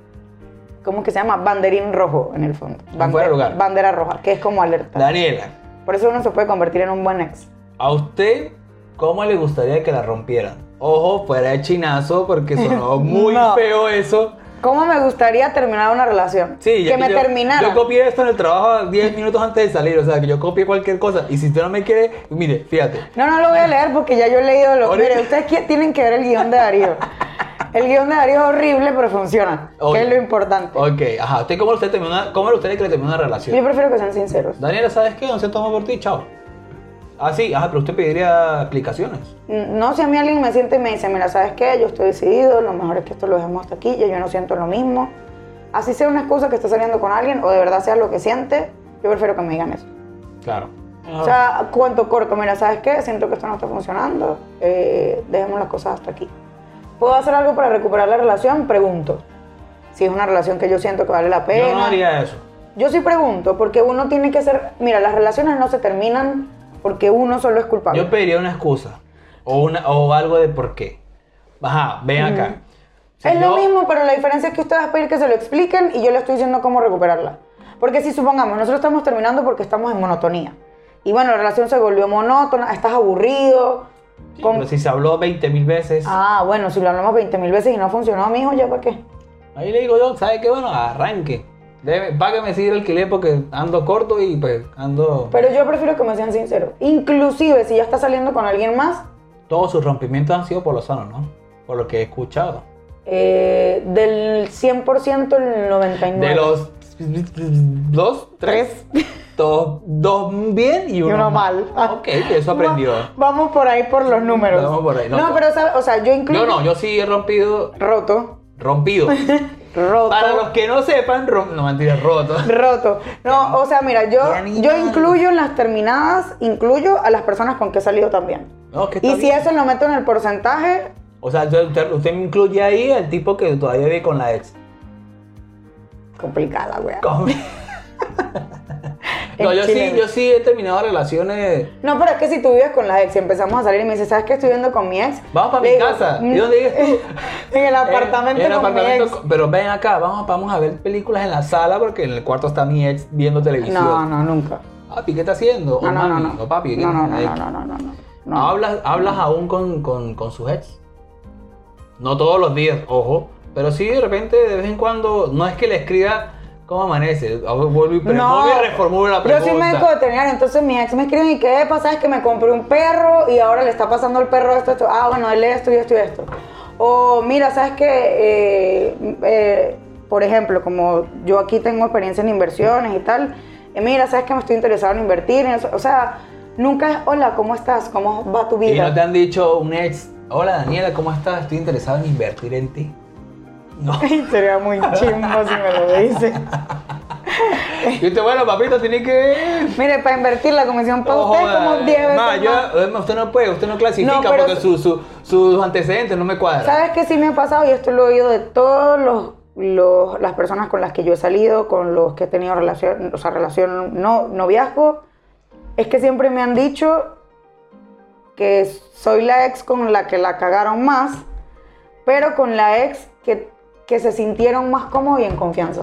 A: ¿cómo que se llama? Banderín rojo en el fondo.
B: En fuera de lugar.
A: Bandera roja, que es como alerta.
B: Daniela,
A: Por eso uno se puede convertir en un buen ex.
B: ¿a usted cómo le gustaría que la rompieran? Ojo, fuera de chinazo porque
A: (laughs)
B: sonó muy
A: No.
B: feo eso.
A: ¿Cómo me gustaría terminar una relación?
B: Sí, ya
A: que me
B: yo,
A: terminara.
B: Yo copié esto en el trabajo 10 minutos antes de salir, o sea, que yo copié cualquier cosa. Y si usted no me quiere, mire, fíjate.
A: No, no lo voy a leer porque ya yo he leído lo.
B: Ahorita-
A: Mire, ustedes qui- tienen que ver el guión de Darío. El guión de Darío es horrible, pero funciona.
B: Oye.
A: Que es lo importante.
B: Ok, ajá. ¿Usted cómo usted terminó una, cómo usted que le terminó una
A: Yo
B: relación?
A: prefiero que sean sinceros.
B: Daniela, ¿sabes qué? No se tomó por ti, chao. Ah, sí, ajá, pero usted pediría explicaciones.
A: Mm, No, si a mí alguien me siente y me dice, mira, ¿sabes qué? Yo estoy decidido, lo mejor es que esto lo dejemos hasta aquí, ya yo no siento lo mismo. Así sea una excusa que esté saliendo con alguien o de verdad sea lo que siente, yo prefiero que me digan eso.
B: Claro.
A: O sea, cuento corto, mira, ¿sabes qué? Siento que esto no está funcionando, eh, dejemos las cosas hasta aquí. ¿Puedo hacer algo para recuperar la relación? Pregunto. Si es una relación que yo siento que vale la pena.
B: yo no haría eso.
A: Yo sí pregunto, porque uno tiene que ser... Mira, las relaciones no se terminan porque uno solo es culpable.
B: Yo pediría una excusa o, una, o algo de por qué. Ajá, ven acá. Si
A: Mm. es
B: yo-
A: lo mismo, pero la diferencia es que usted va a pedir que se lo expliquen y yo le estoy diciendo cómo recuperarla. Porque si supongamos, nosotros estamos terminando porque estamos en monotonía. Y bueno, la relación se volvió monótona, estás aburrido.
B: Sí,
A: con-
B: pero si se habló 20 mil veces,
A: Ah, bueno, si lo hablamos 20 mil veces y no funcionó, mijo, ¿ya para qué?
B: ahí le digo yo, ¿sabe qué? Bueno, arranque. Debe, págame si el alquiler porque ando corto y pues ando...
A: Pero yo prefiero que me sean sinceros. Inclusive, si ya está saliendo con alguien más,
B: Todos sus rompimientos han sido por lo sano, ¿no? Por lo que he escuchado.
A: eh, del 100% el 99%.
B: De los dos, tres,
A: (laughs)
B: dos, dos bien y
A: Y
B: uno, Ah,
A: uno mal.
B: Ok, de eso aprendió.
A: Va- Vamos por ahí por los números.
B: Vamos por ahí, no,
A: No,
B: no.
A: pero, ¿sabe? o sea, yo incluyo...
B: No, no, yo sí he rompido,
A: Roto. (laughs)
B: rompido.
A: Roto.
B: Para los que no sepan, rom- no mentira, roto.
A: Roto. No, o sea, mira, yo,
B: Ya ni
A: yo
B: mal.
A: incluyo en las terminadas, incluyo a las personas con que he salido también.
B: No, que está
A: Y si
B: bien.
A: eso lo meto en el porcentaje,
B: O sea, yo- usted, usted me incluye ahí el tipo que todavía vive con la ex.
A: (laughs) complicada, wea.
B: Con- No,
A: en
B: yo
A: Chile.
B: sí, yo sí he terminado relaciones.
A: No, pero es que si tú vives con la ex y empezamos a salir y me dices, ¿sabes qué estoy viendo con mi ex?
B: Vamos pa' mi
A: Le digo,
B: casa.
A: "Mm".
B: ¿Y dónde vives tú?
A: en el
B: (laughs) En-
A: apartamento
B: en el
A: con
B: Eh, apartamento
A: mi ex.
B: con- Pero ven acá, vamos, vamos a ver películas en la sala porque en el cuarto está mi ex viendo televisión.
A: No, no, nunca.
B: Papi, ¿qué está haciendo? O
A: No, no, no,
B: Oh, mami,
A: no.
B: o papi, ¿qué-
A: no, no, no,
B: eh,
A: no, no, no, no, no, no.
B: ¿Hablas, hablas aún con, con, con sus ex? No todos los días, ojo. Pero sí, de repente, de vez en cuando, no es que le escriba cómo amanece. a ver, Vuelvo y, pre- vuelvo y reformulo la pregunta.
A: Yo soy médico veterinario, entonces mi ex me escriben y qué pasa es que me compré un perro y ahora le está pasando al perro esto, esto, ah, bueno, él esto y esto y esto. O mira, sabes que, por ejemplo, como yo aquí tengo experiencia en inversiones y tal, eh, mira, sabes que me estoy interesado en invertir, en eso. o sea, nunca es, hola, ¿cómo estás? ¿Cómo va tu
B: Y
A: vida? (laughs)
B: no te han dicho un ex, hola Daniela, ¿cómo estás? Estoy interesado en invertir
A: (laughs)
B: en ti. No.
A: Sería muy chimbo si me lo
B: (laughs)
A: dice.
B: Y usted, bueno, papito, tiene que...
A: Mire, para invertir la comisión para
B: No
A: usted es
B: joda.
A: como 10 veces
B: Ma, yo-
A: más.
B: eh, usted no puede, usted no clasifica
A: No, pero-
B: porque su- su- sus antecedentes no me cuadran.
A: ¿Sabes qué sí me ha pasado? Y esto lo he oído de todas los, los- las personas con las que yo he salido, con los que he tenido relación, o sea, relación, no, noviazgo. Es que siempre me han dicho que soy la ex con la que la cagaron más, pero con la ex que, que se sintieron más cómodos y en confianza.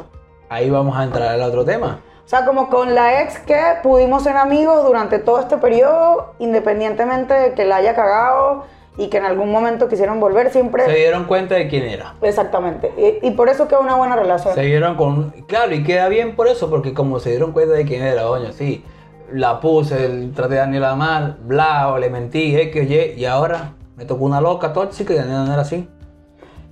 B: Ahí vamos a entrar al otro tema.
A: O sea, como con la ex que pudimos ser amigos durante todo este periodo, independientemente de que la haya cagado y que en algún momento quisieron volver, siempre...
B: Se dieron cuenta de quién era.
A: Exactamente. Y, y por eso queda una buena relación.
B: Se dieron con. Claro, y queda bien por eso, porque como se dieron cuenta de quién era, oño, sí. La puse, el- traté a Daniela mal, bla, o le mentí, X, oye, y ahora me tocó una loca tóxica y Daniela no era así.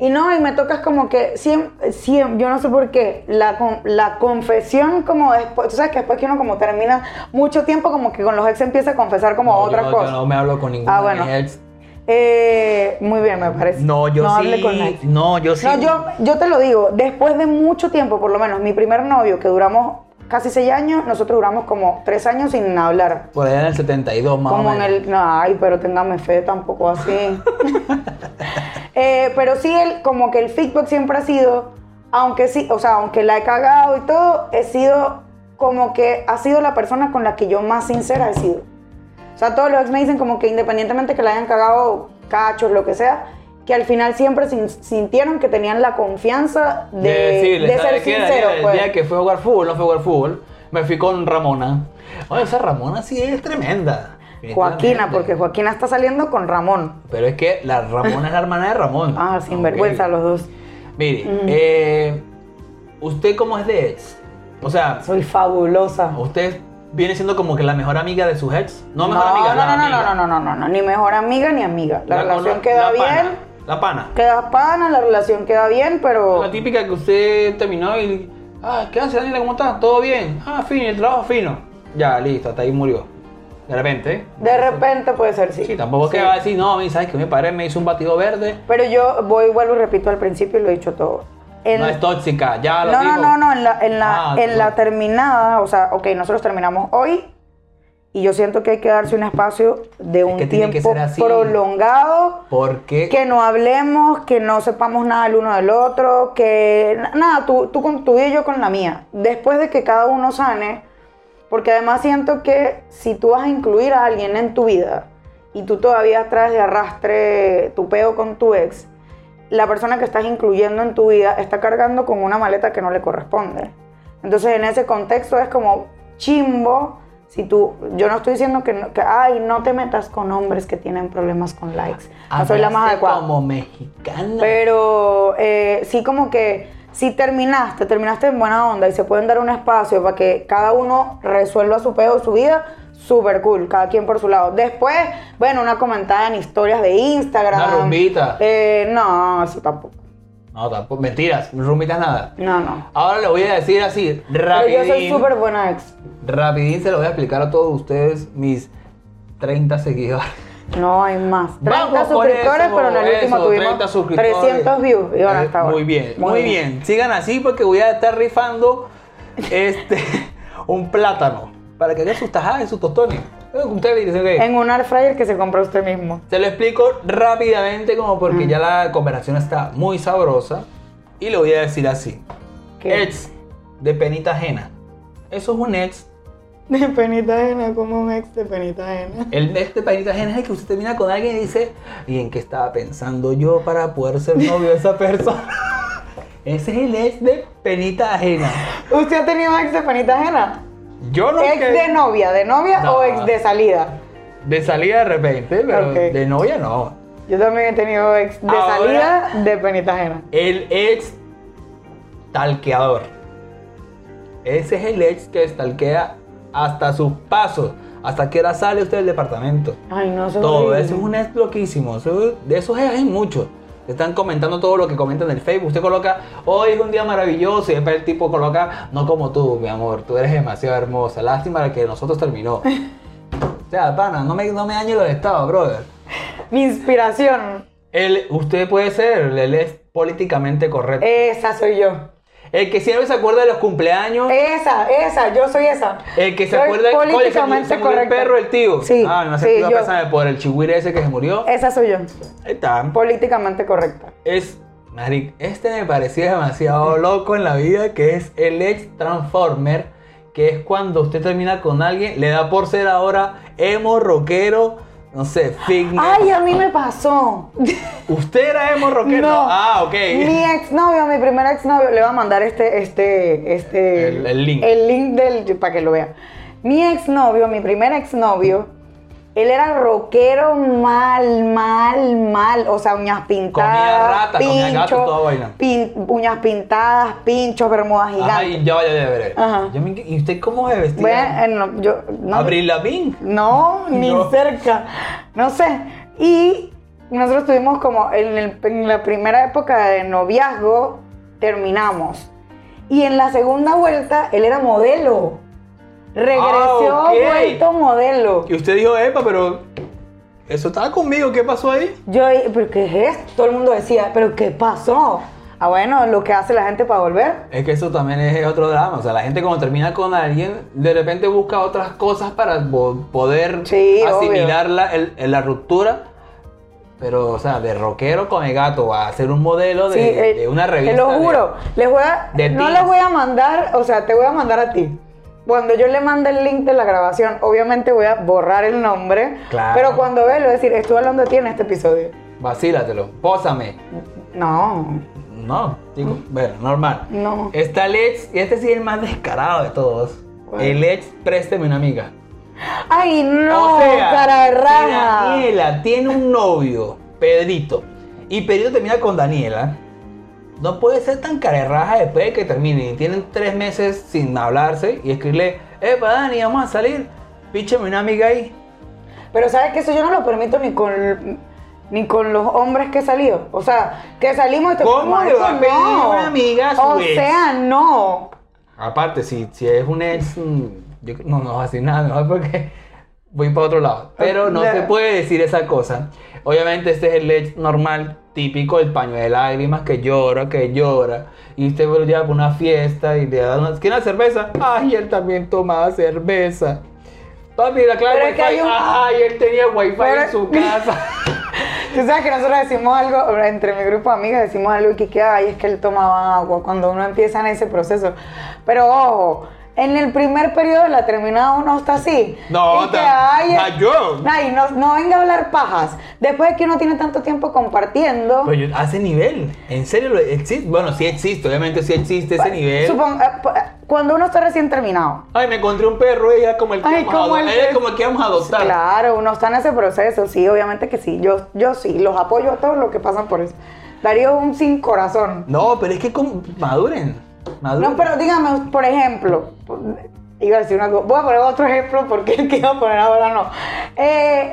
A: Y no, y me tocas como que siempre, yo no sé por qué, la, con- la confesión como después, tú sabes que después que uno como termina mucho tiempo como que con los ex empieza a confesar como
B: No,
A: otras
B: yo,
A: cosas.
B: Yo no me hablo con ninguna
A: Ah,
B: de mis
A: bueno.
B: ex.
A: Eh, muy bien, me parece.
B: No, yo sí.
A: hable con nadie.
B: no, yo sí.
A: No, yo, yo te lo digo, después de mucho tiempo, por lo menos, mi primer novio, que duramos casi seis años, nosotros duramos como tres años sin hablar.
B: Por allá en el 72, más
A: Como
B: o
A: en
B: menos.
A: el. No, ay, pero téngame fe, tampoco
B: (laughs)
A: así. Eh, pero sí, el, como que el feedback siempre ha sido, aunque sí, o sea, aunque la he cagado y todo, he sido como que ha sido la persona con la que yo más sincera he sido. O sea, todos los ex me dicen como que independientemente que la hayan cagado cachos, lo que sea, que al final siempre sin- sintieron que tenían la confianza de,
B: de, decirle,
A: de ser
B: ¿sabes qué, Daniela?
A: sincero. pues.
B: El día que fui a jugar fútbol, no fui a jugar fútbol, me fui con Ramona. Oye, esa Ramona sí es tremenda.
A: Joaquina,
B: definitivamente.
A: porque Joaquina está saliendo con Ramón.
B: Pero es que la Ramona es la hermana de Ramón.
A: Ah, sin vergüenza Mm.
B: Ok.
A: los dos.
B: Mire, eh, ¿usted cómo es de ex? O sea,
A: Soy fabulosa.
B: ¿usted viene siendo como que la mejor amiga de sus ex? No, mejor
A: no,
B: amiga,
A: no,
B: la
A: no,
B: amiga.
A: no, no, no, no, no, ni mejor amiga ni amiga. La, relación
B: cono-
A: queda
B: la pana,
A: bien,
B: la pana.
A: queda pana, la relación queda bien, pero
B: La típica que usted terminó y... Ah, ¿qué hace Daniela? ¿Cómo estás? ¿Todo bien? Ah, fino, el trabajo fino. Ya, listo, hasta ahí murió. De repente.
A: de repente puede ser sí.
B: Sí, tampoco es que va a decir, no, mi, ¿sabes que Mi padre me hizo un batido verde.
A: Pero yo voy, vuelvo y repito al principio y lo he dicho todo. En-
B: No es tóxica, ya lo
A: no,
B: digo.
A: no, no, no, en la, en la,
B: Ah,
A: en la
B: claro.
A: terminada, o sea, ok, nosotros terminamos hoy y yo siento que hay que darse un espacio de un
B: que tiene que
A: tiempo
B: ser así.
A: prolongado.
B: Porque...
A: que no hablemos, que no sepamos nada el uno del otro, que na- nada, tú, tú con tu vida y yo con la mía. Después de que cada uno sane, porque además siento que si tú vas a incluir a alguien en tu vida y tú todavía traes de arrastre tu peo con tu ex, la persona que estás incluyendo en tu vida está cargando con una maleta que no le corresponde. Entonces en ese contexto es como chimbo. Si tú, yo no estoy diciendo que, no- que, ay, no te metas con hombres que tienen problemas con likes. No soy la más
B: Hablaste
A: adecuada.
B: Como mexicana.
A: Pero eh, sí como que si terminaste, terminaste en buena onda y se pueden dar un espacio para que cada uno resuelva su pedo, su vida, súper cool, cada quien por su lado. Después, bueno, una comentada en historias de Instagram.
B: Una rumbita.
A: Eh, no, eso tampoco.
B: No, tampoco. Mentiras, rumbitas nada.
A: No, no.
B: Ahora le voy a decir así,
A: Pero
B: rapidín.
A: yo soy súper buena ex.
B: Rapidín se lo voy a explicar a todos ustedes, mis 30 seguidores.
A: No hay más. 30
B: Vamos con
A: suscriptores,
B: eso,
A: pero en el último
B: eso,
A: tuvimos
B: 30 suscriptores.
A: 300 views. Y bueno,
B: Eh,
A: hasta ahora.
B: Muy bien, muy, bien. Sigan así porque voy a estar rifando este (laughs) un plátano para que hagan sus tajadas y sus tostones. Es lo que Ustedes dicen que
A: En un air fryer que se compró usted mismo.
B: Se lo explico rápidamente como porque
A: Mm.
B: ya la conversación está muy sabrosa y lo voy a decir así.
A: ¿Qué?
B: Ex de penita ajena. Eso es un ex
A: (laughs) De penita ajena, como un ex de penita ajena.
B: El este penita ajena es el que usted termina con alguien y dice, ¿y en qué estaba pensando yo para poder ser novio de esa persona? (laughs) Ese es el ex de penita ajena.
A: ¿Usted ha tenido ex de penita ajena?
B: Yo no
A: ¿Ex
B: que-
A: de novia? ¿De novia
B: No.
A: o ex de salida?
B: de salida de repente, pero
A: Ok.
B: de novia no.
A: Yo también he tenido ex de
B: Ahora-
A: salida de penita ajena.
B: El ex talqueador. Ese es el ex que stalkea hasta sus pasos. Hasta que ahora sale usted del departamento.
A: Ay, no, eso es
B: Todo,
A: horrible.
B: eso es un ex loquísimo. eso- de esos ex hay muchos. Te Están comentando todo lo que comentan en el Facebook. Usted coloca, hoy es un día maravilloso. Y después el tipo coloca, no como tú, mi amor, tú eres demasiado hermosa. Lástima la que
A: (laughs)
B: nosotros terminó. o sea, pana, no me, no me dañe los estados, brother.
A: Mi inspiración.
B: El, usted puede ser el ex políticamente correcto.
A: Esa soy yo.
B: El que siempre se acuerda de los cumpleaños.
A: Esa, esa, yo soy esa.
B: El que se
A: Eh. Soy
B: acuerda de
A: políticamente
B: el
A: correcta.
B: perro, el tío.
A: Sí,
B: Ah, no
A: sí,
B: sé qué
A: yo. Eh.
B: pasa por el chihuire ese que se murió.
A: Esa soy yo.
B: Ahí está.
A: Políticamente correcta.
B: Es. Maric, este me parecía
A: (laughs)
B: demasiado loco en la vida, que es el ex Transformer, que es cuando usted termina con alguien, le da por ser ahora emo, rockero, no sé, fitness.
A: Ay, a mí me pasó.
B: ¿Usted era emo, rockero?
A: No.
B: Ah, ok.
A: Mi exnovio, mi primer exnovio, le va a mandar este, este, este.
B: El- el link.
A: El link del. para que lo vea. Mi exnovio, mi primer exnovio, él era rockero mal, mal, mal. O sea, uñas pintadas.
B: rata, comía gato,
A: pinchos,
B: toda vaina.
A: pin- uñas pintadas, pinchos, bermudas gigantes.
B: Ay, ya vaya, ya veré.
A: Ajá.
B: Yo me- ¿Y usted cómo se vestía?
A: Bueno, eh, no, yo. no-
B: Abril Lavigne.
A: No, ni
B: No.
A: cerca. No sé. Y nosotros tuvimos como en, el- en la primera época de noviazgo, terminamos. Y en la segunda vuelta, él era modelo. Regresó
B: Ah, ok.
A: vuelto modelo.
B: Y usted dijo, epa, pero eso estaba conmigo, ¿qué pasó ahí?
A: Yo, ¿pero qué es esto? Todo el mundo decía, ¿pero qué pasó? Ah, bueno, lo que hace la gente para volver.
B: Es que eso también es otro drama. O sea, la gente cuando termina con alguien, de repente busca otras cosas para po- poder
A: Sí,
B: asimilar la, el- el- la ruptura. Pero, o sea, de rockero con el gato a ser un modelo de,
A: Sí, eh,
B: de una revista.
A: Te lo
B: de-
A: juro. les voy a-
B: de
A: no
B: teens.
A: les voy a mandar, o sea, te voy a mandar a ti. Cuando yo le mande el link de la grabación, obviamente voy a borrar el nombre.
B: Claro.
A: Pero cuando ve, le voy a decir, estuve hablando de ti en este episodio.
B: Vacílatelo, pósame.
A: No.
B: No, digo, bueno, normal.
A: Mm. No.
B: Está el ex, y este sí es el más descarado de todos.
A: ¿Cuál?
B: El ex, présteme una amiga.
A: Ay, no,
B: O sea,
A: cara de
B: si
A: rana.
B: Daniela tiene un novio, Pedrito, y Pedrito termina con Daniela. No puede ser tan cara de raja después de que terminen. Y tienen tres meses sin hablarse y escribirle, epa Dani, vamos a salir. Píchame una amiga ahí.
A: Pero sabes que eso yo no lo permito ni con ni con los hombres que he salido. O sea, que salimos y te
B: ¿Cómo le va a
A: Marico,
B: pedir
A: no.
B: una amiga a su
A: O
B: ex?
A: sea, no.
B: Aparte, si, si es un ex, mm, yo no (laughs) nos va a decir nada mejor porque voy para otro lado. Pero no
A: Ya.
B: se puede decir esa cosa. Obviamente, este es el ex normal, típico, el paño de lágrimas que llora, que llora. Y usted lo lleva para una fiesta y le da una. ¿Quiere cerveza? Ay, él también tomaba cerveza. Papi, la clave
A: Pero
B: de
A: es que
B: wifi.
A: hay un-
B: Ay, él tenía wifi en
A: Pero-
B: su casa.
A: (laughs) Tú sabes que nosotros decimos algo, entre mi grupo de amigas decimos algo que, que ay, es que él tomaba agua cuando uno empieza en ese proceso. Pero ojo, en el primer periodo de la terminada uno está así.
B: No,
A: Y que,
B: ta- ta-
A: es-
B: yo.
A: Ay, no, no venga a hablar pajas. Después de que uno tiene tanto tiempo compartiendo.
B: Pero yo- a ese nivel, en serio, lo existe. Bueno, sí existe, obviamente sí existe ese nivel.
A: supon- eh, p- eh, cuando uno está recién terminado.
B: Ay, me encontré un perro y era como el que,
A: Ay,
B: vamos, a
A: como
B: ado-
A: el
B: era
A: que-
B: como el que vamos a adoptar.
A: Claro, uno está en ese proceso, sí, obviamente que sí. Yo, yo sí, los apoyo a todos los que pasan por eso. Daría un sin corazón.
B: No, pero es que con- maduren. Maduren.
A: No, pero dígame, por ejemplo, iba a decir una cosa, voy a poner otro ejemplo porque (laughs) el que iba a poner ahora no. Eh,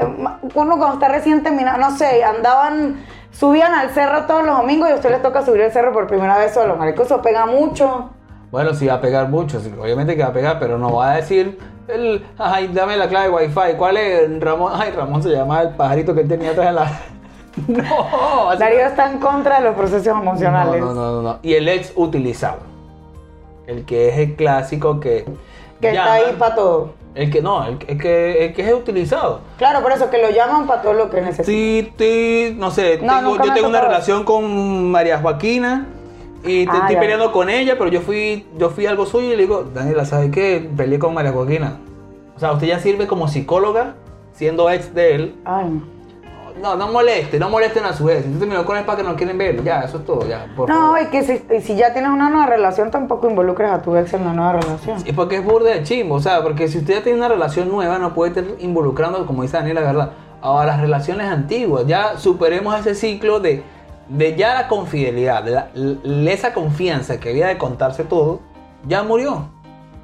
A: uno cuando está recién terminado, no sé, andaban, subían al cerro todos los domingos y a usted les toca subir el cerro por primera vez solo, marico, eso pega mucho.
B: Bueno, sí va a pegar mucho, sí, obviamente que va a pegar, pero no va a decir el, ay, dame la clave de Wi-Fi. ¿Cuál es Ramón? Ay, Ramón se llama el pajarito que él tenía atrás de la. (laughs) No, así
A: Darío está en contra de los procesos emocionales.
B: No, no, no, no, no. Y el ex utilizado. El que es el clásico que.
A: Que está
B: llaman-
A: ahí para todo.
B: El que no, el, que- el que, el que es utilizado.
A: Claro, por eso que lo llaman para todo lo que necesitan.
B: Sí, sí, no sé,
A: No,
B: tengo-
A: nunca me
B: yo
A: ha
B: tengo una
A: tocado.
B: relación con María Joaquina y te
A: Ah,
B: estoy
A: ya.
B: peleando con ella, pero yo fui yo fui algo suyo y le digo, Daniela, ¿sabes qué? Peleé con María Joaquina. O sea, usted ya sirve como psicóloga, siendo ex de él.
A: Ay, no.
B: No, no moleste, no molesten a su ex. Usted terminó con él para que no quieren verlo. Ya, eso es todo, ya, por
A: No,
B: favor.
A: y que si, y si ya tienes una nueva relación, tampoco involucres a tu ex en la nueva relación.
B: Y porque es burda de chimbo, o sea, porque si usted ya tiene una relación nueva, no puede estar involucrando, como dice Daniela, ¿verdad? A las relaciones antiguas. Ya superemos ese ciclo de, de ya la confidelidad, de la- l- esa confianza que había de contarse todo, ya murió.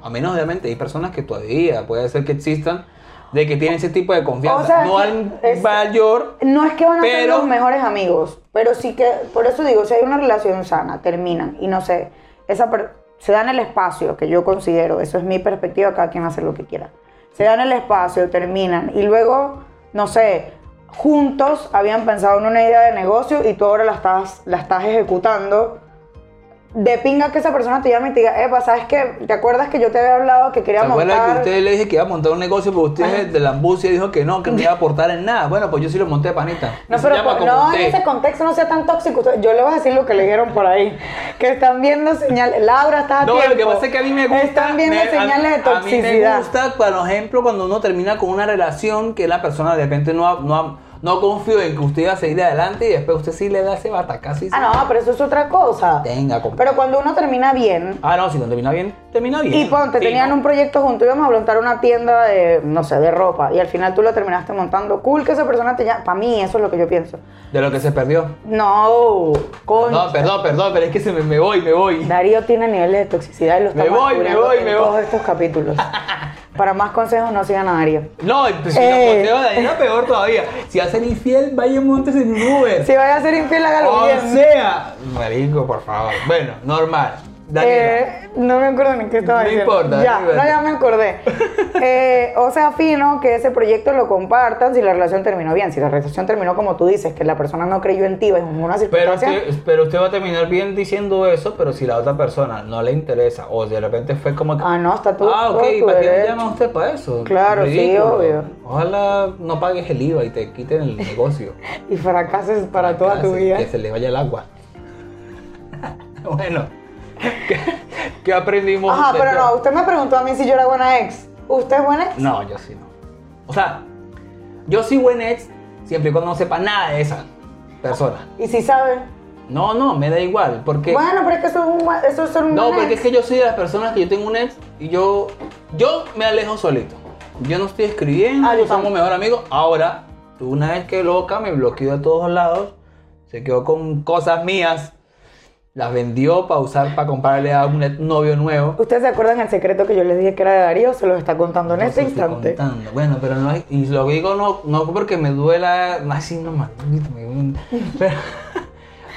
B: A menos, obviamente, hay personas que todavía puede ser que existan, de que tienen ese tipo de confianza.
A: O sea,
B: no al
A: es-
B: mayor.
A: No es que van a ser
B: Pero-
A: los mejores amigos, pero sí que, por eso digo, si hay una relación sana, terminan y no sé, esa per- se dan el espacio que yo considero, eso es mi perspectiva, cada quien hace lo que quiera. Se dan el espacio, terminan y luego, no sé, juntos habían pensado en una idea de negocio y tú ahora la estás, la estás ejecutando. De pinga que esa persona te llame y te diga, epa, ¿sabes qué? ¿Te acuerdas que yo te había hablado que
B: ¿Se
A: quería
B: acuerdan que
A: montar?
B: usted le dije que iba a montar un negocio, pero usted de la ambucia dijo que no, que no iba a aportar en nada? Bueno, pues yo sí lo monté, panita.
A: No,
B: Y se
A: pero
B: llama
A: por-
B: como
A: no, en
B: usted.
A: ese contexto no sea tan tóxico. Usted- Yo le voy a decir lo que le dijeron por ahí. Que están viendo señales. Laura está a
B: No, lo que
A: tiempo.
B: pasa es que a mí me gusta.
A: Están viendo
B: me- a-
A: señales de
B: A mí me
A: toxicidad.
B: gusta, por ejemplo, cuando uno termina con una relación que la persona de repente no, ha- no, ha- no confió en que usted iba a seguir adelante y después usted sí le da ese batacazo y se
A: Ah, no, pero eso es otra cosa.
B: tenga compa.
A: Pero cuando uno termina bien.
B: Ah, no, si no termina bien, termina bien.
A: Y ponte,
B: Sí,
A: tenían
B: ¿no?
A: un proyecto juntos, íbamos a montar una tienda de, no sé, de ropa. Y al final tú lo terminaste montando. Cool que esa persona te llama. Para mí, eso es lo que yo pienso.
B: De lo que se perdió.
A: No, coño.
B: No, perdón, perdón, pero es que se me, me voy, me voy.
A: Darío tiene niveles de toxicidad y los
B: Me voy, me voy, me voy.
A: todos estos capítulos. Para más consejos, no sigan a Darío.
B: No, pues si
A: Eh.
B: lo posteo de ahí, no, peor todavía. Si hacen infiel, vaya montes en un Uber.
A: Si vaya a ser infiel, hágalo
B: o
A: bien.
B: sea, marico, por favor. Bueno, normal. Daniela.
A: Eh, no me acuerdo ni qué estaba
B: No
A: diciendo.
B: importa,
A: Ya,
B: no importa.
A: no, ya me
B: (laughs)
A: acordé. Eh, o sea, fino que ese proyecto lo compartan si la relación terminó bien. Si la relación terminó como tú dices, que la persona no creyó en ti bajo ninguna
B: Pero
A: circunstancia.
B: usted, pero usted va a terminar bien diciendo eso, pero si la otra persona no le interesa, o de repente fue como que.
A: Ah, no, está tú.
B: Ah, ok,
A: todo tu
B: ¿para qué me
A: derecho.
B: llama usted para eso?
A: Claro, sí,
B: Ridículo.
A: obvio.
B: Ojalá no pagues el IVA y te quiten
A: (laughs)
B: el negocio.
A: Y fracases para toda tu
B: Así,
A: vida.
B: Que se le vaya el agua. (laughs) bueno, ¿qué, qué aprendimos?
A: Ajá,
B: de-
A: pero no, usted me preguntó a mí si yo era buena ex. ¿Usted es buena ex?
B: No, yo sí no. O sea, yo sí buen ex siempre y cuando no sepa nada de esa persona.
A: Y si sabe.
B: No, no, me da igual, porque.
A: Bueno, pero es que eso es un, buen- eso es ser un
B: No,
A: buen
B: porque es
A: ex.
B: que yo soy de las personas que yo tengo un ex y yo, yo me alejo solito. Yo no estoy escribiendo,
A: Ah, yo
B: no somos
A: también.
B: mejor amigos. Ahora, tú una vez que loca me bloqueó de todos lados, se quedó con cosas mías, las vendió para usar, para comprarle a un novio nuevo.
A: ¿Ustedes se acuerdan el secreto que yo les dije que era de Darío? Se los está contando en
B: No
A: este
B: sé si
A: instante.
B: contando. Bueno, pero no hay- y lo digo no, no porque me duela, así no maldito,
A: (laughs)
B: me- pero,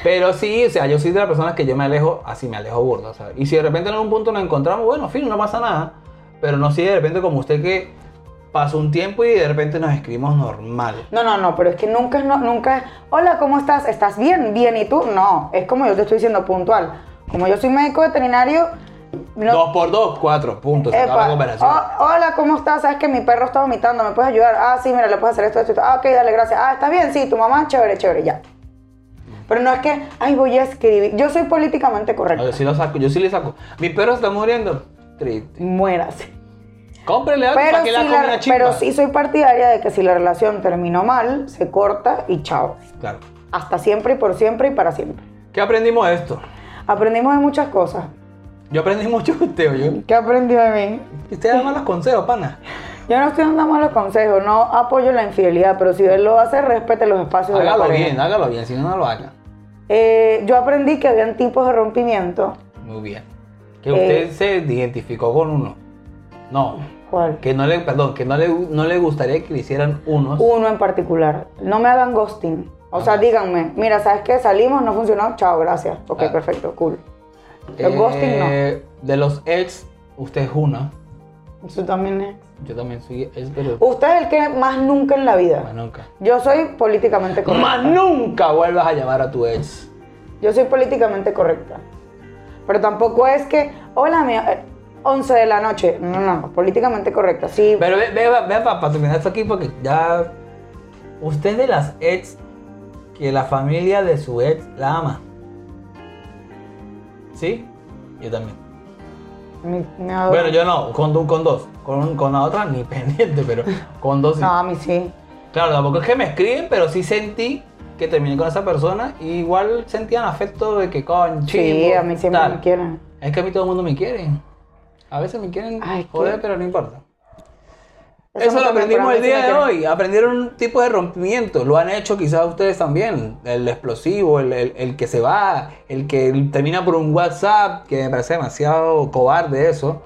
B: pero sí, o sea, yo soy de las personas que yo me alejo, así me alejo burda, ¿sabes? Y si de repente en algún punto nos encontramos, bueno, fin, no pasa nada, pero no si de repente como usted que pasó un tiempo y de repente nos escribimos normal.
A: No, no, no, pero es que nunca es, no, nunca es, hola, ¿cómo estás? ¿Estás bien? ¿Bien? ¿Y tú? No, es como yo te estoy diciendo puntual. Como yo soy médico veterinario, no-
B: Dos por dos, cuatro puntos, se acaba
A: Epa,
B: la conversación.
A: "Oh, hola, ¿cómo estás? Sabes que mi perro está vomitando, ¿me puedes ayudar? Ah, sí, mira, le puedes hacer esto, esto, esto. Ah, ok, dale, gracias. Ah, ¿estás bien? Sí, tu mamá, chévere, chévere, ya. Pero no es que, ay, voy a escribir. Yo soy políticamente
B: No,
A: correcta.
B: yo sí lo saco, yo sí le saco. Mi perro está muriendo. Triste.
A: Muérase.
B: Cómprele algo
A: Pero
B: para que
A: sí,
B: la
A: la-
B: coma la chimpa.
A: pero sí soy partidaria de que si la relación terminó mal, se corta y chao.
B: Claro.
A: Hasta siempre y por siempre y para siempre.
B: ¿Qué aprendimos de esto?
A: Aprendimos de muchas cosas.
B: Yo aprendí mucho de usted, yo.
A: ¿Qué aprendió de mí?
B: Usted da malos consejos, pana.
A: Yo no estoy dando malos consejos, no apoyo la infidelidad, pero si él lo hace, respete los espacios de la
B: Hágalo
A: pareja.
B: bien, hágalo bien, si no, no lo haga.
A: Eh, yo aprendí que habían tipos de rompimiento.
B: Muy bien. Que usted
A: Eh.
B: se identificó con uno. No.
A: ¿Cuál?
B: Que no le, perdón, que no le, no le gustaría que le hicieran unos.
A: Uno en particular. No me hagan ghosting. O sea, díganme, mira, ¿sabes qué? Salimos, no funcionó, chao, gracias. Ok,
B: Claro.
A: perfecto, cool. El ghosting no.
B: Eh, De los ex, usted es una.
A: Eso también es.
B: Yo también soy ex, pero
A: Usted es el que más nunca en la
B: más
A: vida.
B: nunca.
A: Yo soy políticamente
B: Más
A: correcta.
B: nunca vuelvas a llamar a tu ex.
A: Yo soy políticamente correcta. Pero tampoco es que, hola, mi, eh, 11 de la noche. No, no, no, políticamente correcta. Sí,
B: Pero ve, ve, ve para terminar esto aquí porque ya. Usted es de las ex que la familia de su ex la ama. ¿Sí? Yo también.
A: Mi- me adoro.
B: Bueno, yo no, con, du- con dos. Con, con la otra ni (laughs) pendiente, pero con dos sí.
A: No, a mí sí.
B: Claro, tampoco es que me escriben, pero sí sentí que terminé con esa persona. y igual sentían afecto de que con
A: Sí, a mí siempre me quieren.
B: Es que a mí todo el mundo me quiere. A veces me quieren
A: Ay, qué-
B: joder, pero no importa.
A: Eso
B: Eso
A: no
B: lo
A: te
B: aprendimos
A: mejora, a
B: el
A: mí sí
B: día
A: me
B: de
A: quieren.
B: hoy. Aprendieron un tipo de rompimiento. Lo han hecho quizás ustedes también. El explosivo, el, el- el que se va, el que termina por un WhatsApp, que me parece demasiado cobarde eso.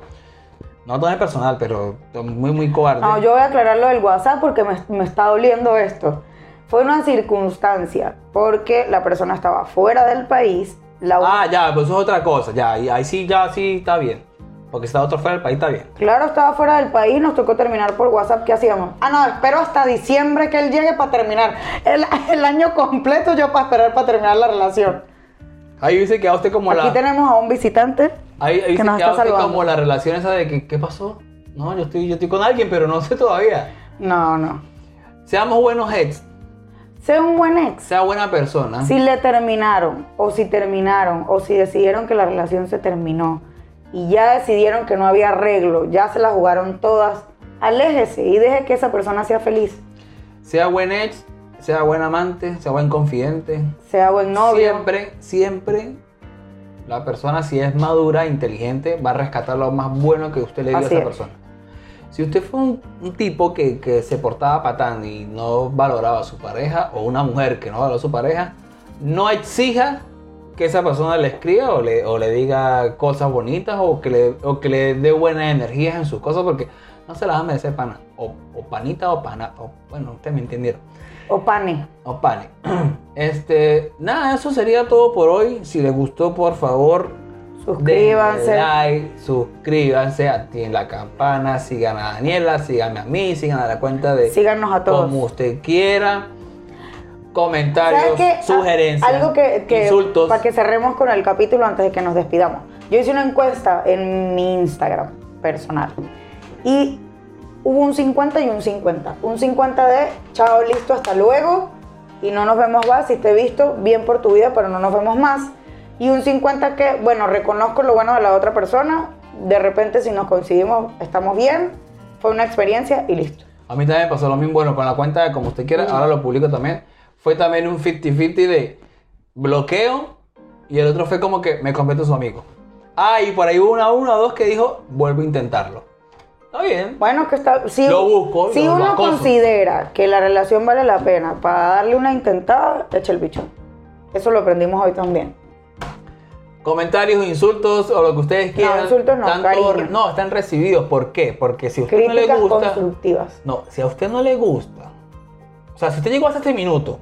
B: No todo es personal, pero muy, muy cobarde.
A: No, yo voy a aclarar lo del WhatsApp porque me, me está doliendo esto. Fue una circunstancia, porque la persona estaba fuera del país. La
B: Ah, ya, pues eso es otra cosa. Ya, y ahí sí, ya, sí, está bien. Porque si está otro fuera del país, está bien.
A: Claro, estaba fuera del país, nos tocó terminar por WhatsApp. ¿Qué hacíamos? Ah, no, espero hasta diciembre que él llegue para terminar. El, (laughs) el año completo yo para esperar para terminar la relación.
B: Ahí dice que a usted como
A: Aquí
B: la.
A: tenemos a un visitante.
B: Ahí, ahí
A: que
B: dice
A: nos
B: que a
A: está
B: usted
A: saludando.
B: como la relación esa de que, ¿qué pasó? No, yo estoy, yo estoy con alguien, pero no sé todavía.
A: No, no.
B: Seamos buenos ex,
A: Sea un buen ex.
B: sea buena persona.
A: Si le terminaron, o si terminaron, o si decidieron que la relación se terminó y ya decidieron que no había arreglo, ya se la jugaron todas, aléjese y deje que esa persona sea feliz,
B: Sea buen ex, sea buen amante, sea buen confidente.
A: sea buen novio.
B: Siempre, siempre la persona si es madura, inteligente, va a rescatar lo más bueno que usted le dio
A: Así
B: a esa
A: es.
B: persona. Si usted fue un, un tipo que, que se portaba patán y no valoraba a su pareja, o una mujer que no valoró a su pareja, no exija que esa persona le escriba o le, o le diga cosas bonitas o que le, o que le dé buenas energías en sus cosas porque no se las va a merecer pana. O, o panita o pana. o- bueno, ustedes me entendieron.
A: O pane.
B: No pane. Oh, (clears throat) Este, nada, eso sería todo por hoy. Si les gustó, por favor,
A: Suscríbanse.
B: denle like, suscríbanse, activen la campana, sigan a Daniela, síganme a mí, sigan a la cuenta de
A: Síganos a todos.
B: como usted quiera.
A: ¿Sabes
B: Comentarios,
A: qué? Ah,
B: sugerencias,
A: Algo que, que-
B: insultos.
A: Para que cerremos con el capítulo antes de que nos despidamos. Yo hice una encuesta en mi Instagram personal y hubo un 50 y un 50. Un 50 de chao, listo, hasta luego y no nos vemos más. Si te he visto, bien por tu vida, pero no nos vemos más. Y un 50 que, bueno, reconozco lo bueno de la otra persona. De repente, si nos conseguimos, estamos bien. Fue una experiencia y listo.
B: A mí también me pasó lo mismo, bueno, con la cuenta de como usted quiera, ahora lo publico también. Fue también un 50-50 de bloqueo y el otro fue como que me convierto en su amigo. Ah, y por ahí hubo una, una o dos que dijo, vuelvo a intentarlo. Está bien.
A: Bueno, que está. Si,
B: Lo busco,
A: si
B: lo- lo
A: uno
B: acoso.
A: considera que la relación vale la pena para darle una intentada, echa el bicho. Eso lo aprendimos hoy también.
B: Comentarios, insultos o lo que ustedes quieran.
A: insultos no, cariño.
B: No, están recibidos. ¿Por qué? Porque si a usted no
A: Críticas
B: le gusta...
A: constructivas.
B: No, si a usted no le gusta, o sea, si usted llegó hasta este minuto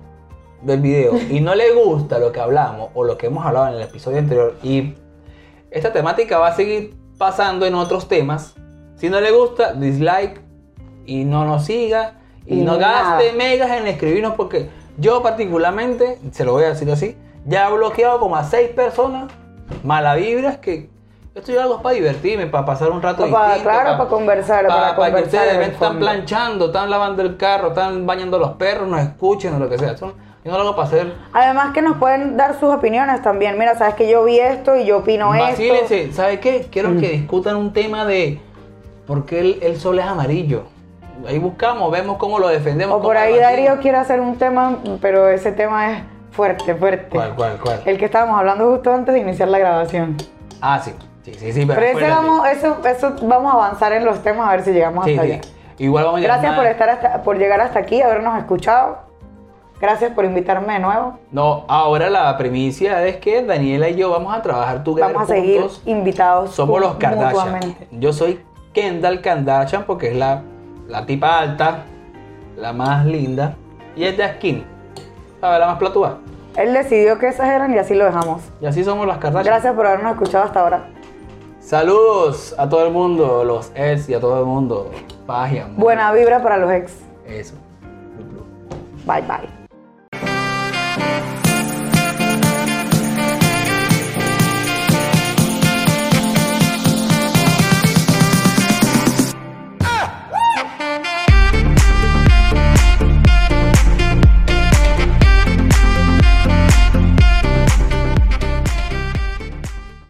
B: del video
A: (laughs)
B: y no le gusta lo que hablamos o lo que hemos hablado en el episodio anterior y esta temática va a seguir pasando en otros temas, si no le gusta, dislike y no nos siga y,
A: Y
B: no
A: nada.
B: gaste megas en escribirnos porque yo particularmente, se lo voy a decir así, ya he bloqueado como a seis personas mala vibras que esto yo lo hago para divertirme, para pasar un rato
A: Pa-
B: distinto,
A: claro, para conversar, para
B: que
A: conversar
B: ustedes
A: en el
B: ven, están
A: fondo.
B: planchando, están lavando el carro, están bañando los perros, nos escuchen o lo que sea. Eso, yo no lo hago para hacer.
A: Además que nos pueden dar sus opiniones también. Mira, sabes que yo vi esto y yo opino esto.
B: Vacílense, ¿sabes qué? Quiero que discutan un tema de por qué el, el sol es amarillo. Ahí buscamos, vemos cómo lo defendemos.
A: O
B: cómo
A: por ahí
B: debatimos.
A: Darío quiere hacer un tema, pero ese tema es fuerte, fuerte.
B: ¿Cuál, cuál, cuál?
A: El que estábamos hablando justo antes de iniciar la grabación.
B: Ah, sí. Sí, sí, sí.
A: Pero ese
B: acuérdate.
A: vamos, eso, eso vamos a avanzar en los temas a ver si llegamos
B: Sí,
A: hasta
B: sí.
A: allá.
B: Igual vamos a
A: Gracias
B: llamar-
A: por estar hasta, por llegar hasta aquí, habernos escuchado. Gracias por invitarme de nuevo.
B: No, ahora la primicia es que Daniela y yo vamos a trabajar tu
A: Vamos a seguir invitados.
B: Somos los
A: mu-
B: Kardashian.
A: mutuamente.
B: Yo soy Kendall Kardashian porque es la, la tipa alta, la más linda. Y ella es skinny. ¿Sabes? La más platúa.
A: Él decidió que esas eran y así lo dejamos.
B: Y así somos las Kardashian.
A: Gracias por habernos escuchado hasta ahora.
B: Saludos a todo el mundo, los ex y a todo el mundo. Paz y amor.
A: Buena vibra para los ex.
B: Eso.
A: Bye bye.